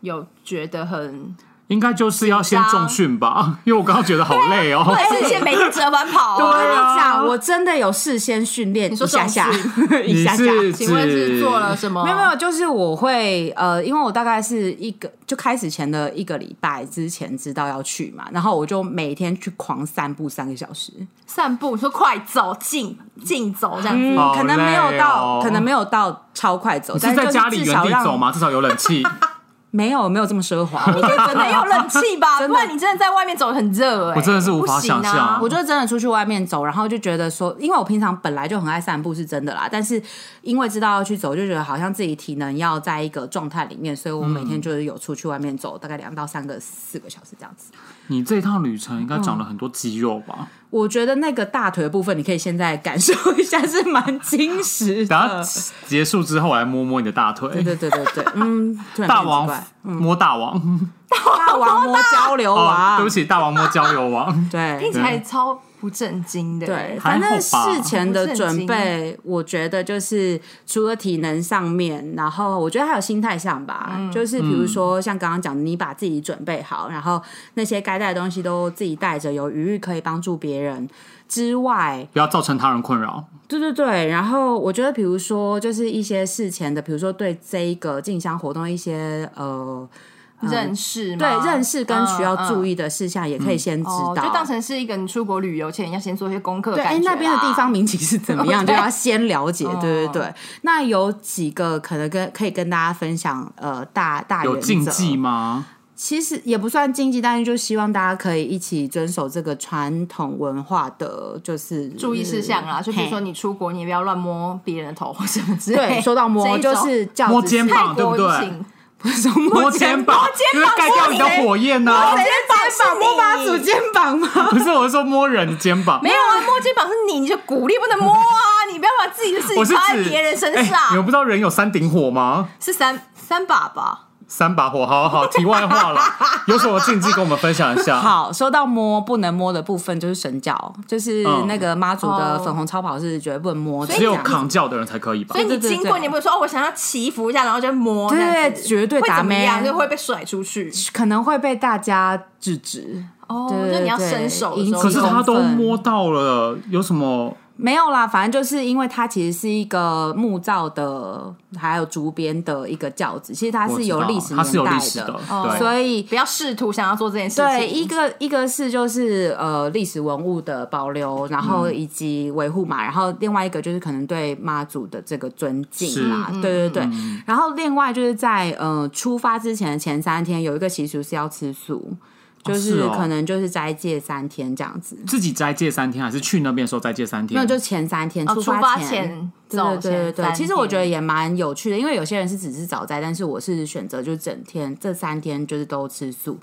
S2: 有觉得很？
S1: 应该就是要先重训吧，因为我刚刚觉得好累哦。
S4: 哎
S2: 还是先每天折返跑
S4: 我跟
S2: 啊？
S4: 你讲，我真的有事先训练
S2: 你
S4: 一
S2: 说
S4: 下下
S2: 重，
S4: (laughs) 一下下。
S1: 你是哦
S2: 请问是做了什么？
S4: 没有没有，就是我会呃，因为我大概是一个就开始前的一个礼拜之前知道要去嘛，然后我就每天去狂散步三个小时，
S2: 散步，你说快走，近近走这样子。
S1: 好
S4: 可能没有到，
S1: 累哦
S4: 可能没有到超快走，
S1: 你是在
S4: 但
S1: 家
S4: 就
S1: 里
S4: 至
S1: 原
S4: 少
S1: 地
S4: 让
S1: 走？吗？至少有冷气。
S4: 没有没有这么奢华，我觉得真的
S2: 没有冷气
S4: (laughs)
S2: 吧？
S4: 真的
S2: 不然你真的在外面走得很热哎、
S1: 我真的是无法
S2: 不行啊
S1: 想象
S4: 我就是真的出去外面走，然后就觉得说，因为我平常本来就很爱散步，是真的啦。但是因为知道要去走，就觉得好像自己体能要在一个状态里面，所以我每
S1: 嗯
S4: 天就是有出去外面走，大概两到三个、四个小时这样子。
S1: 你这一趟旅程应该长了很多肌肉吧？
S4: 我觉得那个大腿的部分，你可以现在感受一下，是蛮矜持
S1: 等下
S4: 的。
S1: 结束之后，我来摸摸你的大
S4: 对
S1: 腿。
S4: 对对对对，嗯，突
S1: (laughs)
S4: 然
S1: 大
S4: 变奇
S1: 王 (laughs)
S4: 怪
S1: 摸大 (laughs) 王，
S4: 大王摸交流
S1: 哦，对
S4: 王
S1: 不，起，大王摸交友
S4: (laughs)
S1: 王。
S4: 对，
S2: 听起来超不正经的、哎
S4: 对，
S1: 还好
S4: 反正
S1: 吧
S4: 事前的准备，我觉得就是除了体能上面，然后我觉得还有心态上吧，就是比如说像刚刚讲，你把自己准备好，然后那些该带的东西都自己带着，有余裕可以帮助别人之外，
S1: 不要造成他人困扰。
S4: 对对对，然后我觉得，比如说，就是一些事前的，比如说对这一个进香活动一些呃
S2: 认识
S4: 对
S2: 吗
S4: 认识跟需要注
S2: 意、
S4: 意的事项，也可以先知
S2: 嗯
S4: 道。
S2: 哦，就当成是一个你出国旅游前要先做一些功课的
S4: 对，哎
S2: 感觉啊啦。
S4: 那边的地方民情是怎么 (laughs) 样，就
S2: 对
S4: 要先了解。对对
S2: 哦
S4: 对，那有几个可能跟可以跟大家分享，呃，大大
S1: 有
S4: 原则
S1: 禁忌吗？
S4: 其实也不算禁忌，但是就希望大家可以一起遵守这个传统文化的，就是
S2: 注意事项啦，就比如说
S4: 嘿
S2: 你出国，你也不要乱摸别人的头或什么之类的。
S4: 对，说到摸
S2: 这
S4: 就
S2: 一种
S4: 是叫
S1: 摸
S4: 子
S1: 肩
S4: 是
S1: 膀对不
S2: 泰国
S1: 对
S2: 不行
S4: 不是说
S1: 摸
S4: 摸
S1: 肩
S4: 肩
S1: 膀，因为盖掉你的
S2: 摸肩
S1: 火焰呢、啊。
S2: 膀
S4: 摸把主肩膀吗？
S1: 不是，我是说摸人的肩膀
S2: 没。有啊，摸肩膀是你，你就鼓励不能摸啊，你不要把自己的事
S1: 我是
S2: 情放在
S1: 指
S2: 别人身
S1: 哎你们
S2: 上。
S1: 不知道人有三顶火吗？
S2: 是三三把吧？
S1: 三把火，好好，题外话了，有什么禁忌跟我们分享一下？
S4: (laughs) 好，说到摸不能摸的部分，就是神教，就是
S1: 嗯
S4: 那个妈祖的
S2: 哦
S4: 粉红超跑是绝对不能摸的，
S1: 只有
S4: 这样
S1: 扛教的人才可以吧
S2: 所？以你
S4: 对对
S2: 经过，
S4: 对
S2: 你不会说哦我想要祈福一下，然后就摸，这样
S4: 对，
S2: 子
S4: 绝对
S2: 会
S4: 打
S2: 怎么
S4: 咩
S2: 样？就会被甩出去。
S4: 可能会被大家制止。
S2: 哦，
S4: 对
S2: 就你要
S4: 对
S2: 伸手的
S4: 引
S2: 时候，
S1: 可是他都
S4: 公分
S1: 摸到了，有什么？
S4: 没有啦，反正就是因为它其实是一个木造的，还有竹编的一个轿子，其实它
S1: 我
S4: 是
S1: 知
S4: 有
S1: 道
S4: 历史
S1: 哦它是有
S4: 年代哦
S1: 历史的，对。
S4: 所以
S2: 不要试图想要做这件事情。
S4: 对，一个一个是就是呃历史文物的保留，然后以及维护嘛，然后另外一个就是可能对妈祖的这个尊敬啦，
S1: 嗯
S4: 对对对。然后另外就是在呃出发之前的前三天，有一个习俗是要吃素，就是是
S1: 哦
S4: 可能就是斋戒三天这样子。
S1: 自己斋戒三天，还是去那边的时候斋戒三天？
S4: 没有，就前三天、
S2: 哦出
S4: 发
S2: 发前
S4: 对
S2: 走
S4: 对对对
S2: 前
S4: 对，
S2: 三
S4: 其实我觉得
S2: 天
S4: 也蛮有趣的，因为有些人是只是早斋，但是我是选择就是整天这三天就是都吃素，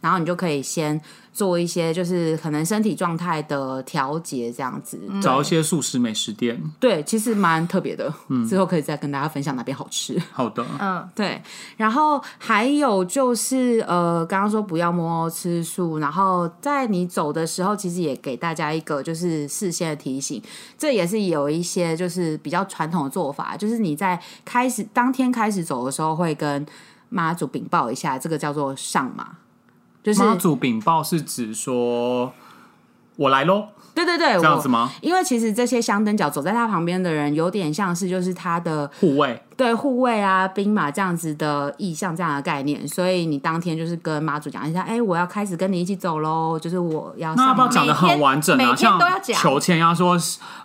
S4: 然后你就可以先做一些就是可能身体状态的调节这样子。
S2: 嗯
S1: 找一些素食美食店。
S4: 对，其实蛮特别的，之后可以再跟大家分享哪边好吃。
S1: 好的，
S2: 嗯，
S4: 对，然后还有就是呃，刚刚说不要摸吃素，然后在你走的时候，其实也给大家一个就是事先的提醒，这也是有一些就是比较传统的做法，就是你在开始当天开始走的时候，会跟妈祖禀报一下，这个叫做上马，就是
S1: 妈祖禀报是指说我来喽，
S4: 对对对，
S1: 这
S4: 这
S1: 样子？吗？
S4: 因为其实这些香灯脚走在他旁边的人，有点像是就是他的
S1: 护卫
S4: 对护卫啊、兵马这样子的意象、这样的概念，所以你当天就是跟妈祖讲一下，哎、我要开始跟你一起走喽，就是我要
S1: 那要
S4: 上
S1: 不要
S4: 马。
S1: 讲的很完整
S2: 每
S1: 啊？
S2: 天
S1: 像
S2: 每天都要讲
S1: 求签要说，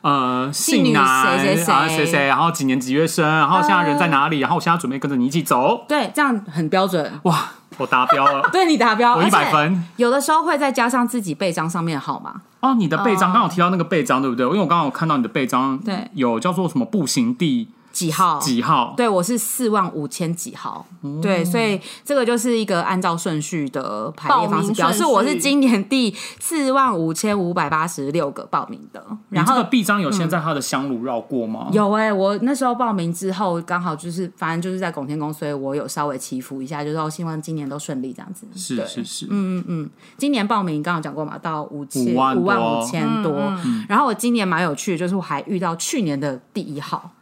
S1: 呃，姓男
S4: 谁谁谁
S1: 啊谁谁，然后几年几月生，然后现在人在哪
S2: 嗯
S1: 里，然后我现在准备跟着你一起走。
S4: 对，这样很标准，，
S1: 哇，我达标了
S2: (laughs)
S4: 对你达标，
S1: 我
S4: 而
S1: 一
S4: 且
S1: 百分。
S4: 有的时候会再加上自己背章上面的号码，
S1: 哦，你的背章刚好提到那个背章，对不对？因为我刚刚有看到你的背章，
S4: 对
S1: 有叫做什么步行地
S4: 几号？
S1: 几哦号？
S4: 对，我是四万五千几号，对，所以这个就是一个按照顺序的排列
S2: 报
S4: 方
S2: 名
S4: 式，表示
S2: 顺序
S4: 我是今年第四万五千五百八十六个报名的。
S1: 你
S4: 然
S1: 这
S4: 后嗯
S1: 个臂章有先在它的香炉绕过吗？
S4: 有哎、我那时候报名之后，刚好就是反正就是在拱天宫，所以我有稍微祈福一下，就是说希望今年都顺利这样子。
S1: 是
S4: 对
S1: 是是，嗯，
S4: 今年报名刚好讲过嘛，到五千
S1: 五万多嗯
S4: 五万五千多。然后我今年蛮有趣的，就是我还遇到去年的第一号。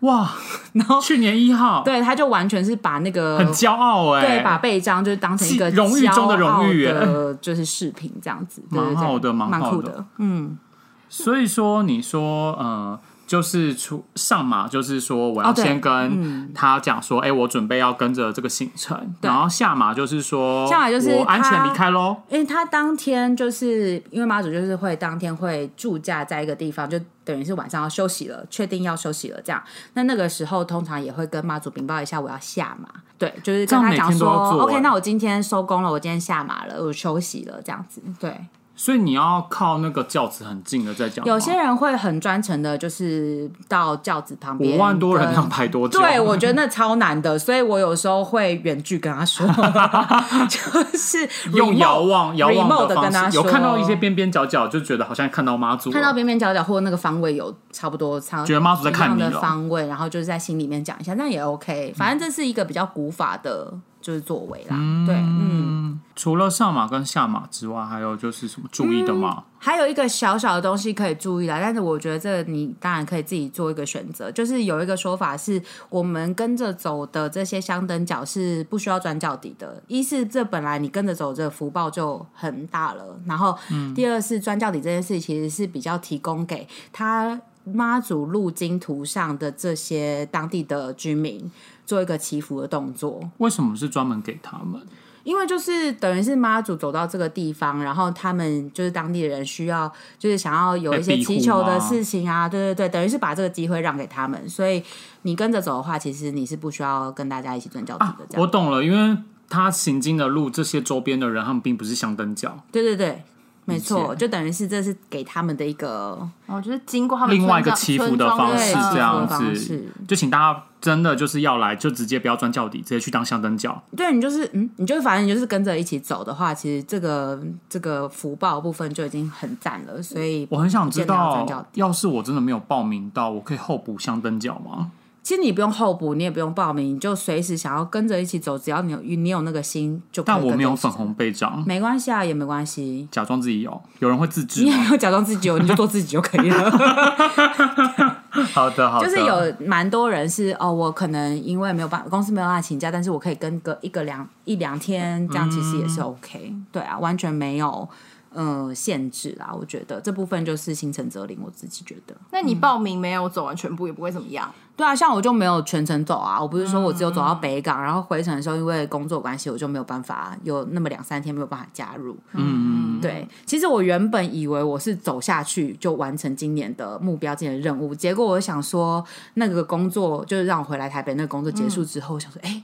S1: 哇，
S4: 然 (laughs) 后
S1: 去年一号，，
S4: 对，他就完全是把那个
S1: 很骄傲哎、
S4: 对，把背章就是当成一个
S1: 是荣誉中的荣誉
S4: 骄
S1: 耶
S4: 傲的就是饰品这样子，对对对
S1: 蛮好的蛮
S4: 蛮
S1: 好
S4: 酷
S1: 的
S4: 的，嗯，
S1: 所以说，你说，呃，就是出上马，就是说我要
S4: 哦对
S1: 先跟他讲说，哎、我准备要跟着这个行程，
S4: 对
S1: 然后下马就是说，
S4: 下马就是
S1: 我安全
S4: 他
S1: 离开喽。
S4: 因为他当天就是因为妈祖就是会当天会驻驾在一个地方，就等于是晚上要休息了，确定要休息了这样。那那个时候通常也会跟妈祖禀报一下我要下马，对，就是
S1: 这样
S4: 跟他
S1: 每
S4: 讲
S1: 天都
S4: 说
S1: 要做哎
S4: ，OK，那我今天收工了，我今天下马了，我休息了这样子，对。
S1: 所以你要靠那个轿子很近的在讲吗，
S4: 有些人会很专程的，就是到轿子旁边，
S1: 五万多人
S4: 跟
S1: 要排多久？
S4: 对，我觉得那超难的，所以我有时候会远距跟
S1: (laughs)
S4: 他说，就是
S1: 用
S4: remote-
S1: 遥望遥望
S4: remote 的
S1: 方
S4: 跟他
S1: 式，
S4: 说，
S1: 有看到一些边边角角，就觉得好像看到妈祖了，
S4: 看到边边角角或那个方位有差不多差，
S1: 觉得妈祖在看你
S4: 一样
S1: 了
S4: 的方位，然后就是在心里面讲一下，那也 OK。反正这是一个比较古法的，就是作为啦。对，嗯。
S1: 除了上马跟下马之外，还有就是什么注意的吗？
S4: 还有一个小小的东西可以注意啦，但是我觉得这个你当然可以自己做一个选择。就是有一个说法是，我们跟着走的这些香灯脚是不需要转脚底的。一是这本来你跟着走，这个福报就很大了。然后，第二是转脚底这件事其实是比较提供给他妈祖路经图上的这些当地的居民做一个祈福的动作。
S1: 为什么是专门给他们？
S4: 因为就是等于是妈祖走到这个地方，然后他们就是当地的人需要，就是想要有一些
S1: 被庇护
S4: 祈求的
S1: 吗
S4: 事情啊，对对对，等于是把这个机会让给他们，所以你跟着走的话，其实你是不需要跟大家一起转教子的，这样、
S1: 啊我懂了，因为他行经的路，这些周边的人他们并不是香灯教，
S4: 对对对，没错，
S1: 理解
S4: 就等于是这是给他们的一个
S2: 哦，就是经过他们
S1: 另外一个
S2: 村
S1: 祈
S2: 庄
S1: 福的方
S4: 对
S1: 式
S2: 村庄
S1: 这样
S4: 祈福的方式
S1: 子。就请大家真的就是要来，就直接不要钻教底，直接去当香灯教。
S4: 对你就是嗯，你就反正你就是跟着一起走的话，其实这个这个福报部分就已经很赞了，所以
S1: 我很想
S4: 不
S1: 知
S4: 见得要转教
S1: 道，要是我真的没有报名到，我可以候补香灯教吗？
S4: 其实你不用候补，你也不用报名，你就随时想要跟着一起走，只要你有你有那个心就可以
S1: 但
S4: 跟
S1: 我
S4: 着
S1: 没有
S4: 一起
S1: 粉
S4: 走
S1: 红背章，
S4: 没关系啊，也没关系。
S1: 假装自己有，有人会自制
S4: 你也 (laughs)
S1: 吗？
S4: 没有假装自己哦有，你就做自己就可以了。啊
S1: 好的，好的，哦
S4: (laughs) 就是有蛮多人是哦，我可能因为没有办法，公司没有办法请假，但是我可以跟个一个两一两天，这样其实也是 OK、对啊，完全没有呃限制啦。我觉得这部分就是心诚则灵，我自己觉得。
S2: 那你报名没有走完全部也不会怎么样，
S4: 对啊，像我就没有全程走啊，我不是说我只有走到
S2: 嗯
S4: 北港，然后回程的时候因为工作关系，我就没有办法有那么两三天没有办法加入。
S1: 嗯，嗯，嗯
S4: 对，其实我原本以为我是走下去就完成今年的目标、今年的任务，结果我想说那个工作就是让我回来台北，那个工作
S2: 嗯
S4: 结束之后，我想说，哎、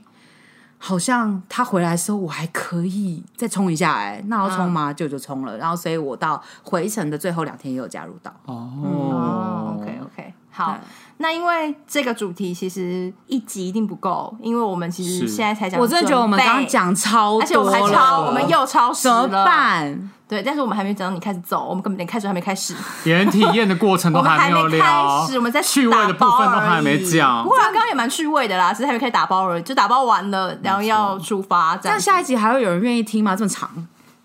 S4: 好像他回来的时候我还可以再冲一下、哎，那要
S2: 嗯
S4: 冲吗？就就冲了，然后所以我到回程的最后两天也有加入到。
S1: 哦
S2: 哦，OK OK，好，那因为这个主题其实一集一定不够，因为我们其实
S1: 是
S2: 现在才讲，
S4: 我真的觉得我们刚刚，讲超多了，
S2: 而且我们还超，我们又超时
S4: 怎么
S2: 了，
S4: 办？
S2: 对，但是我们还没讲到你开始走，我们根本连开始还没开始，
S1: 连体验的过程都
S2: 我们
S1: 没有
S2: 没开
S1: 聊
S2: 始，我们在，
S1: 趣味的部分都还没讲
S2: 不。过刚刚也蛮趣味的啦，只是还没开始打包而已，就打包完了，然后要出发，这
S4: 那
S2: 样
S4: 下一集还会有人愿意听吗？这么长？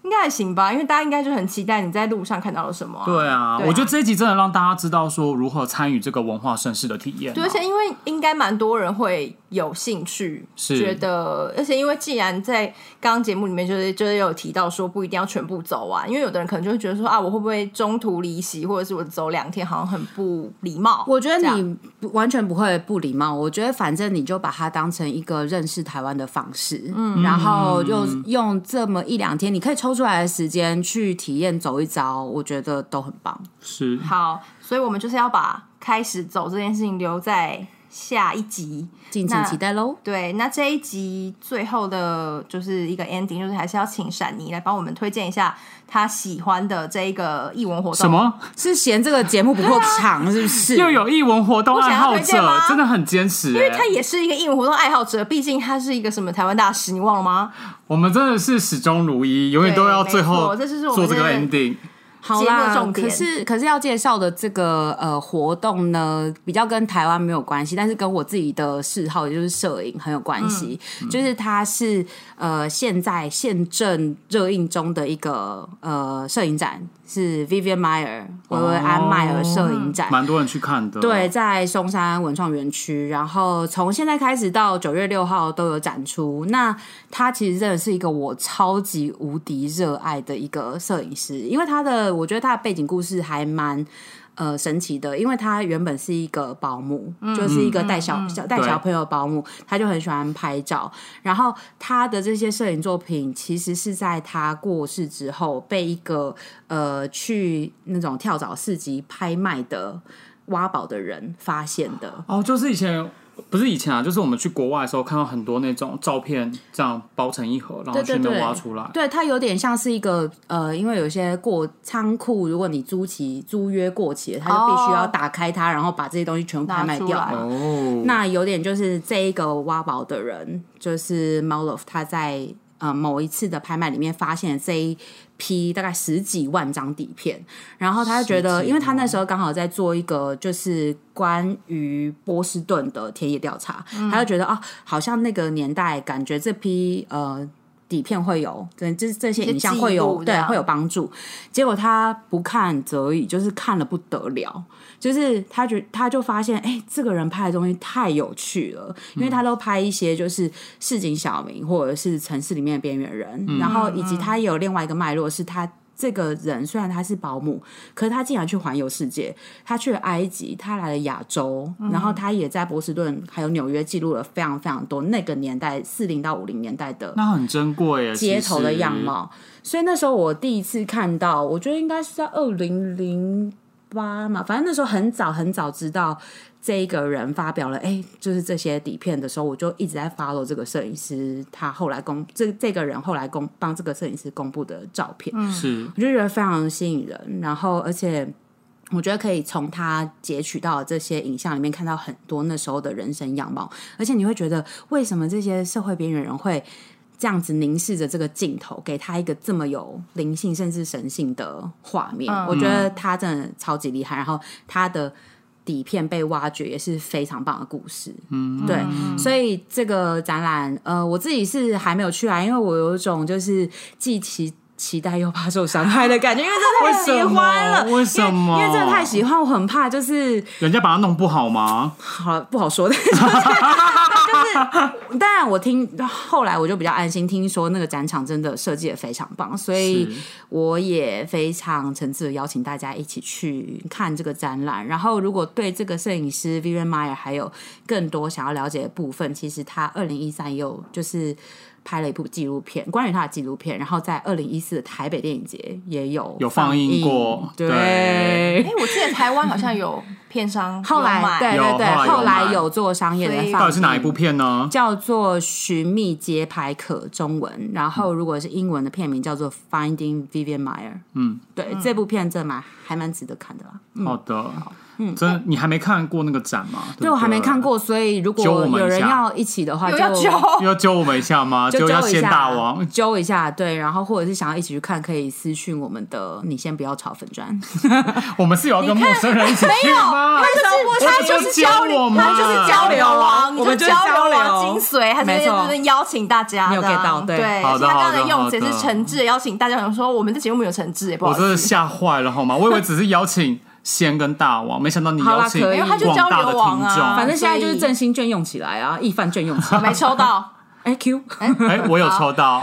S2: 应该还行吧，因为大家应该就很期待你在路上看到了什么、
S1: 对啊，
S2: 对啊
S1: 我觉得这一集真的让大家知道说如何参与这个文化盛世的体验啊。
S2: 对，而且因为应该蛮多人会有兴趣，
S1: 是
S2: 觉得，而且因为既然在刚刚节目里面就是就是有提到说不一定要全部走完，因为有的人可能就会觉得说啊，我会不会中途离席，或者是我走两天好像很不礼貌。
S4: 我觉
S2: 这
S4: 得
S2: 样
S4: 你不完全不会不礼貌，我觉得反正你就把它当成一个认识台湾的方式，嗯，然后就用这么一两天，你可以抽出来的时间去体验走一遭，我觉得都很棒。
S1: 是
S2: 好，所以我们就是要把开始走这件事情留在下一集。
S4: 敬请
S2: 那
S4: 期待喽！
S2: 对，那这一集最后的就是一个 ending，就是还是要请闪妮来帮我们推荐一下他喜欢的这一个艺文活动。
S1: 什？么？
S4: 是嫌这个节目不够长，是不 (laughs) 是？
S1: 又有艺文活动爱好
S2: 不想要推荐
S1: 者，
S2: 吗
S1: 真的很坚持、欸。
S2: 因为他也是一个艺文活动爱好者，毕竟他是一个什么台湾大使，你忘了吗？
S1: 我们真的是始终如一，永远都要最后
S2: 没错这就是我
S1: 做
S2: 们
S1: 这个
S2: 真
S1: ending。
S4: 好
S2: 节目
S4: 啦，
S2: 重
S4: 可
S2: 点
S4: 是可是要介绍的这个呃活动呢，比较跟台湾没有关系，但是跟我自己的嗜好，也就是摄影很有关系。
S2: 嗯
S4: 就是它是呃现在现正热映中的一个呃摄影展，是 Vivian Meyer
S2: 哦
S4: 维维安迈尔摄影展。
S1: 蛮多人去看的。
S4: 对，，在松山文创园区，然后从现在开始到九月六号都有展出。那他其实真的是一个我超级无敌热爱的一个摄影师，因为他的我觉得他的背景故事还蛮。呃，神奇的，因为他原本是一个保姆，
S1: 嗯
S4: 就是一个带小小带小
S1: 对
S4: 朋友的保姆，他就很喜欢拍照。然后他的这些摄影作品，其实是在他过世之后被一个呃去那种跳蚤市集拍卖的挖宝的人发现的。
S1: 哦，就是以前不是以前啊，就是我们去国外的时候看到很多那种照片，这样包成一盒，然后
S4: 对
S1: 哦去
S4: 对
S1: 那边
S4: 对
S1: 挖出来。
S4: 对，它有点像是一个呃，因为有些过仓库，如果你租期租约过期了，它就必须要
S2: 哦
S4: 打开它，然后把这些东西全部拍
S2: 拿
S4: 卖
S2: 出
S4: 掉
S2: 来
S4: 嘛。
S2: 嗯
S1: 哦，
S4: 那有点就是这一个挖宝的人，就是 Molof，他在呃某一次的拍卖里面发现了这一批大概十几万张底片，然后他就觉
S1: 十
S4: 得，
S1: 几
S4: 因为他那时候刚好在做一个就是关于波士顿的田野调查，
S2: 嗯
S4: 他就觉得啊，好像那个年代感觉这批呃。底片会有，对，这这些
S2: 一些
S4: 影像
S2: 记
S4: 会有
S2: 录，这
S4: 对，
S2: 样
S4: 会有帮助。结果他不看则已，就是看了不得了，就是他觉他就发现，哎、这个人拍的东西太有趣了，因为他都拍一些就是市井小民或者是城市里面的边缘人，然后以及他也有另外一个脉络是他。这个人虽然他是保姆，可是他竟然去环游世界，他去了埃及，他来了亚洲，然后他也在波士顿还有纽约记录了非常非常多那个年代四零到五零年代的
S1: 那很珍贵耶，
S4: 街头的
S1: 其实
S4: 样。貌。所以那时候我第一次看到，我觉得应该是在二零零八嘛，反正那时候很早很早知道这一个人发表了，哎、就是这些底片的时候，我就一直在 follow 这个摄影师，他后来公这这个人后来公帮这个摄影师公布的照片，
S1: 是
S4: 我就觉得非常吸引人，然后而且。我觉得可以从他截取到的这些影像里面看到很多那时候的人生样貌，而且你会觉得为什么这些社会边缘人会这样子凝视着这个镜头，给他一个这么有灵性甚至神性的画面？我觉
S1: 嗯
S4: 得他真的超级厉害，然后他的底片被挖掘也是非常棒的故事。嗯，对，所以这个展览，呃，我自己是还没有去啊，因为我有一种就是既期期待又怕受伤害的感觉，因为真的太喜欢了，
S1: 为什么为什么
S4: 因为因为真的太喜欢，我很怕就是
S1: 人家把它弄不好吗？
S4: 好不好说的， (laughs) 就是就是，当然我听后来我就比较安心，听说那个展场真的设计的非常棒，所以
S1: 是
S4: 我也非常诚挚的邀请大家一起去看这个展览。然后，如果对这个摄影师 Vivian Meyer 还有更多想要了解的部分，其实他二零一三也有就是。拍了一部纪录片，关于他的纪录片，然后在二零一四的台北电影节也有
S1: 有放
S4: 放
S1: 映过
S4: 对，
S1: 对
S2: 哎，我记得台湾好像有片 (laughs) 商
S4: 后来
S2: 有买
S4: 对对
S1: 有
S4: 对
S1: 后来，有
S4: 后来
S1: 买
S4: 有做商业的
S2: 所以
S4: 放，
S1: 到底是哪一部？片呢？
S4: 叫做《寻觅街拍客》中文，然后如果是英文的片名叫做《Finding Vivian Meyer》。
S1: 嗯，
S4: 对，这部片真的蛮还蛮值得看的啦。
S1: 好的，嗯，真你还没看过那个展吗？对不对
S4: 对我还没看，过，所以如果
S1: 揪我们一下
S4: 有人要一起的话，
S2: 有
S4: 就
S2: 要揪，
S1: 要揪我们一下吗？
S4: 就
S1: 就要
S4: 揪一
S1: 先
S4: 下
S1: 大王，
S4: 揪一下，对，然后或者是想要一起去看，可以私讯我们的。你先不要炒粉
S1: (laughs)
S4: 砖，
S1: 我们是有要跟陌生人一起去吗？
S2: 他
S1: 就
S2: 就是是
S1: 教
S2: 交
S1: 我
S2: 流，
S1: 们
S2: 他就是交流王，
S4: 我们
S2: 你
S4: 就
S2: 就是交
S4: 交
S2: 流
S4: 流
S2: 王精髓，他这
S4: 没
S2: 边
S4: 错
S2: 这边邀请大家的啊，
S4: 没有 get 到对
S2: 对，
S1: 好的
S2: 所以他刚才
S1: 好的
S2: 用词
S1: 好的
S2: 是诚挚地邀请大家，想说我们这节目没有诚挚，也不
S1: 我
S2: 好意
S1: 真
S2: 思
S1: 的吓坏了好吗？我以为只是邀请仙跟大王，没想到你邀请
S4: 好啦可以因为他
S2: 就
S1: 广
S2: 交
S1: 大的
S2: 流
S1: 听
S2: 王啊
S1: 众。
S4: 反正现在就是
S2: 所以
S4: 振兴券用起来啊，易饭券用起来。
S2: 没抽到。
S4: 哎
S2: (laughs)
S4: Q，
S1: 哎，我有抽到，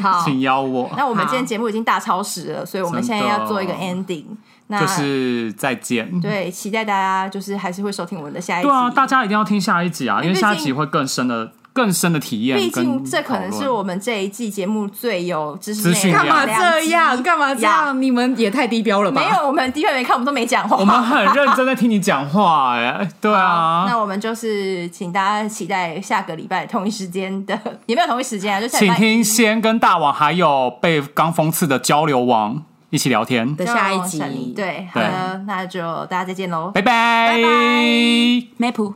S2: 好，
S1: 请邀我。
S2: 那我们今天节目已经大超时了，所以我们现在要做一个
S1: 真的
S2: ending。那
S1: 就是再见。
S2: 对，期待大家就是还是会收听我们的下一集。
S1: 对啊，大家一定要听下一集啊，因为
S2: 毕竟
S1: 下一集会更深的、更深的体验。
S2: 毕竟
S1: 跟
S2: 这可能是
S1: 讨论
S2: 我们这一季节目最有知识
S1: 资讯
S2: 内
S1: 量
S2: 容
S4: 干嘛
S2: 的两
S4: (laughs)
S2: 集。
S4: 这样？干嘛这
S2: 呀
S4: 样？你们也太低标了吧？
S2: 没有，我们的确没看，我们都没讲话。
S1: 我们很认真在听你讲话、
S2: (laughs)
S1: 哎，对
S2: 好那
S1: 啊，
S2: 我们就是请大家期待下个礼拜同一时间的， (laughs) 也没有同一时间啊，就下礼
S1: 请
S2: 拜
S1: 听先跟大王还有被刚讽刺的交流王一起聊天，
S4: 的下一
S2: 就闪
S4: 集
S2: 离，对，好的，那就大家再见喽，
S1: 拜拜
S2: 拜拜
S4: Map。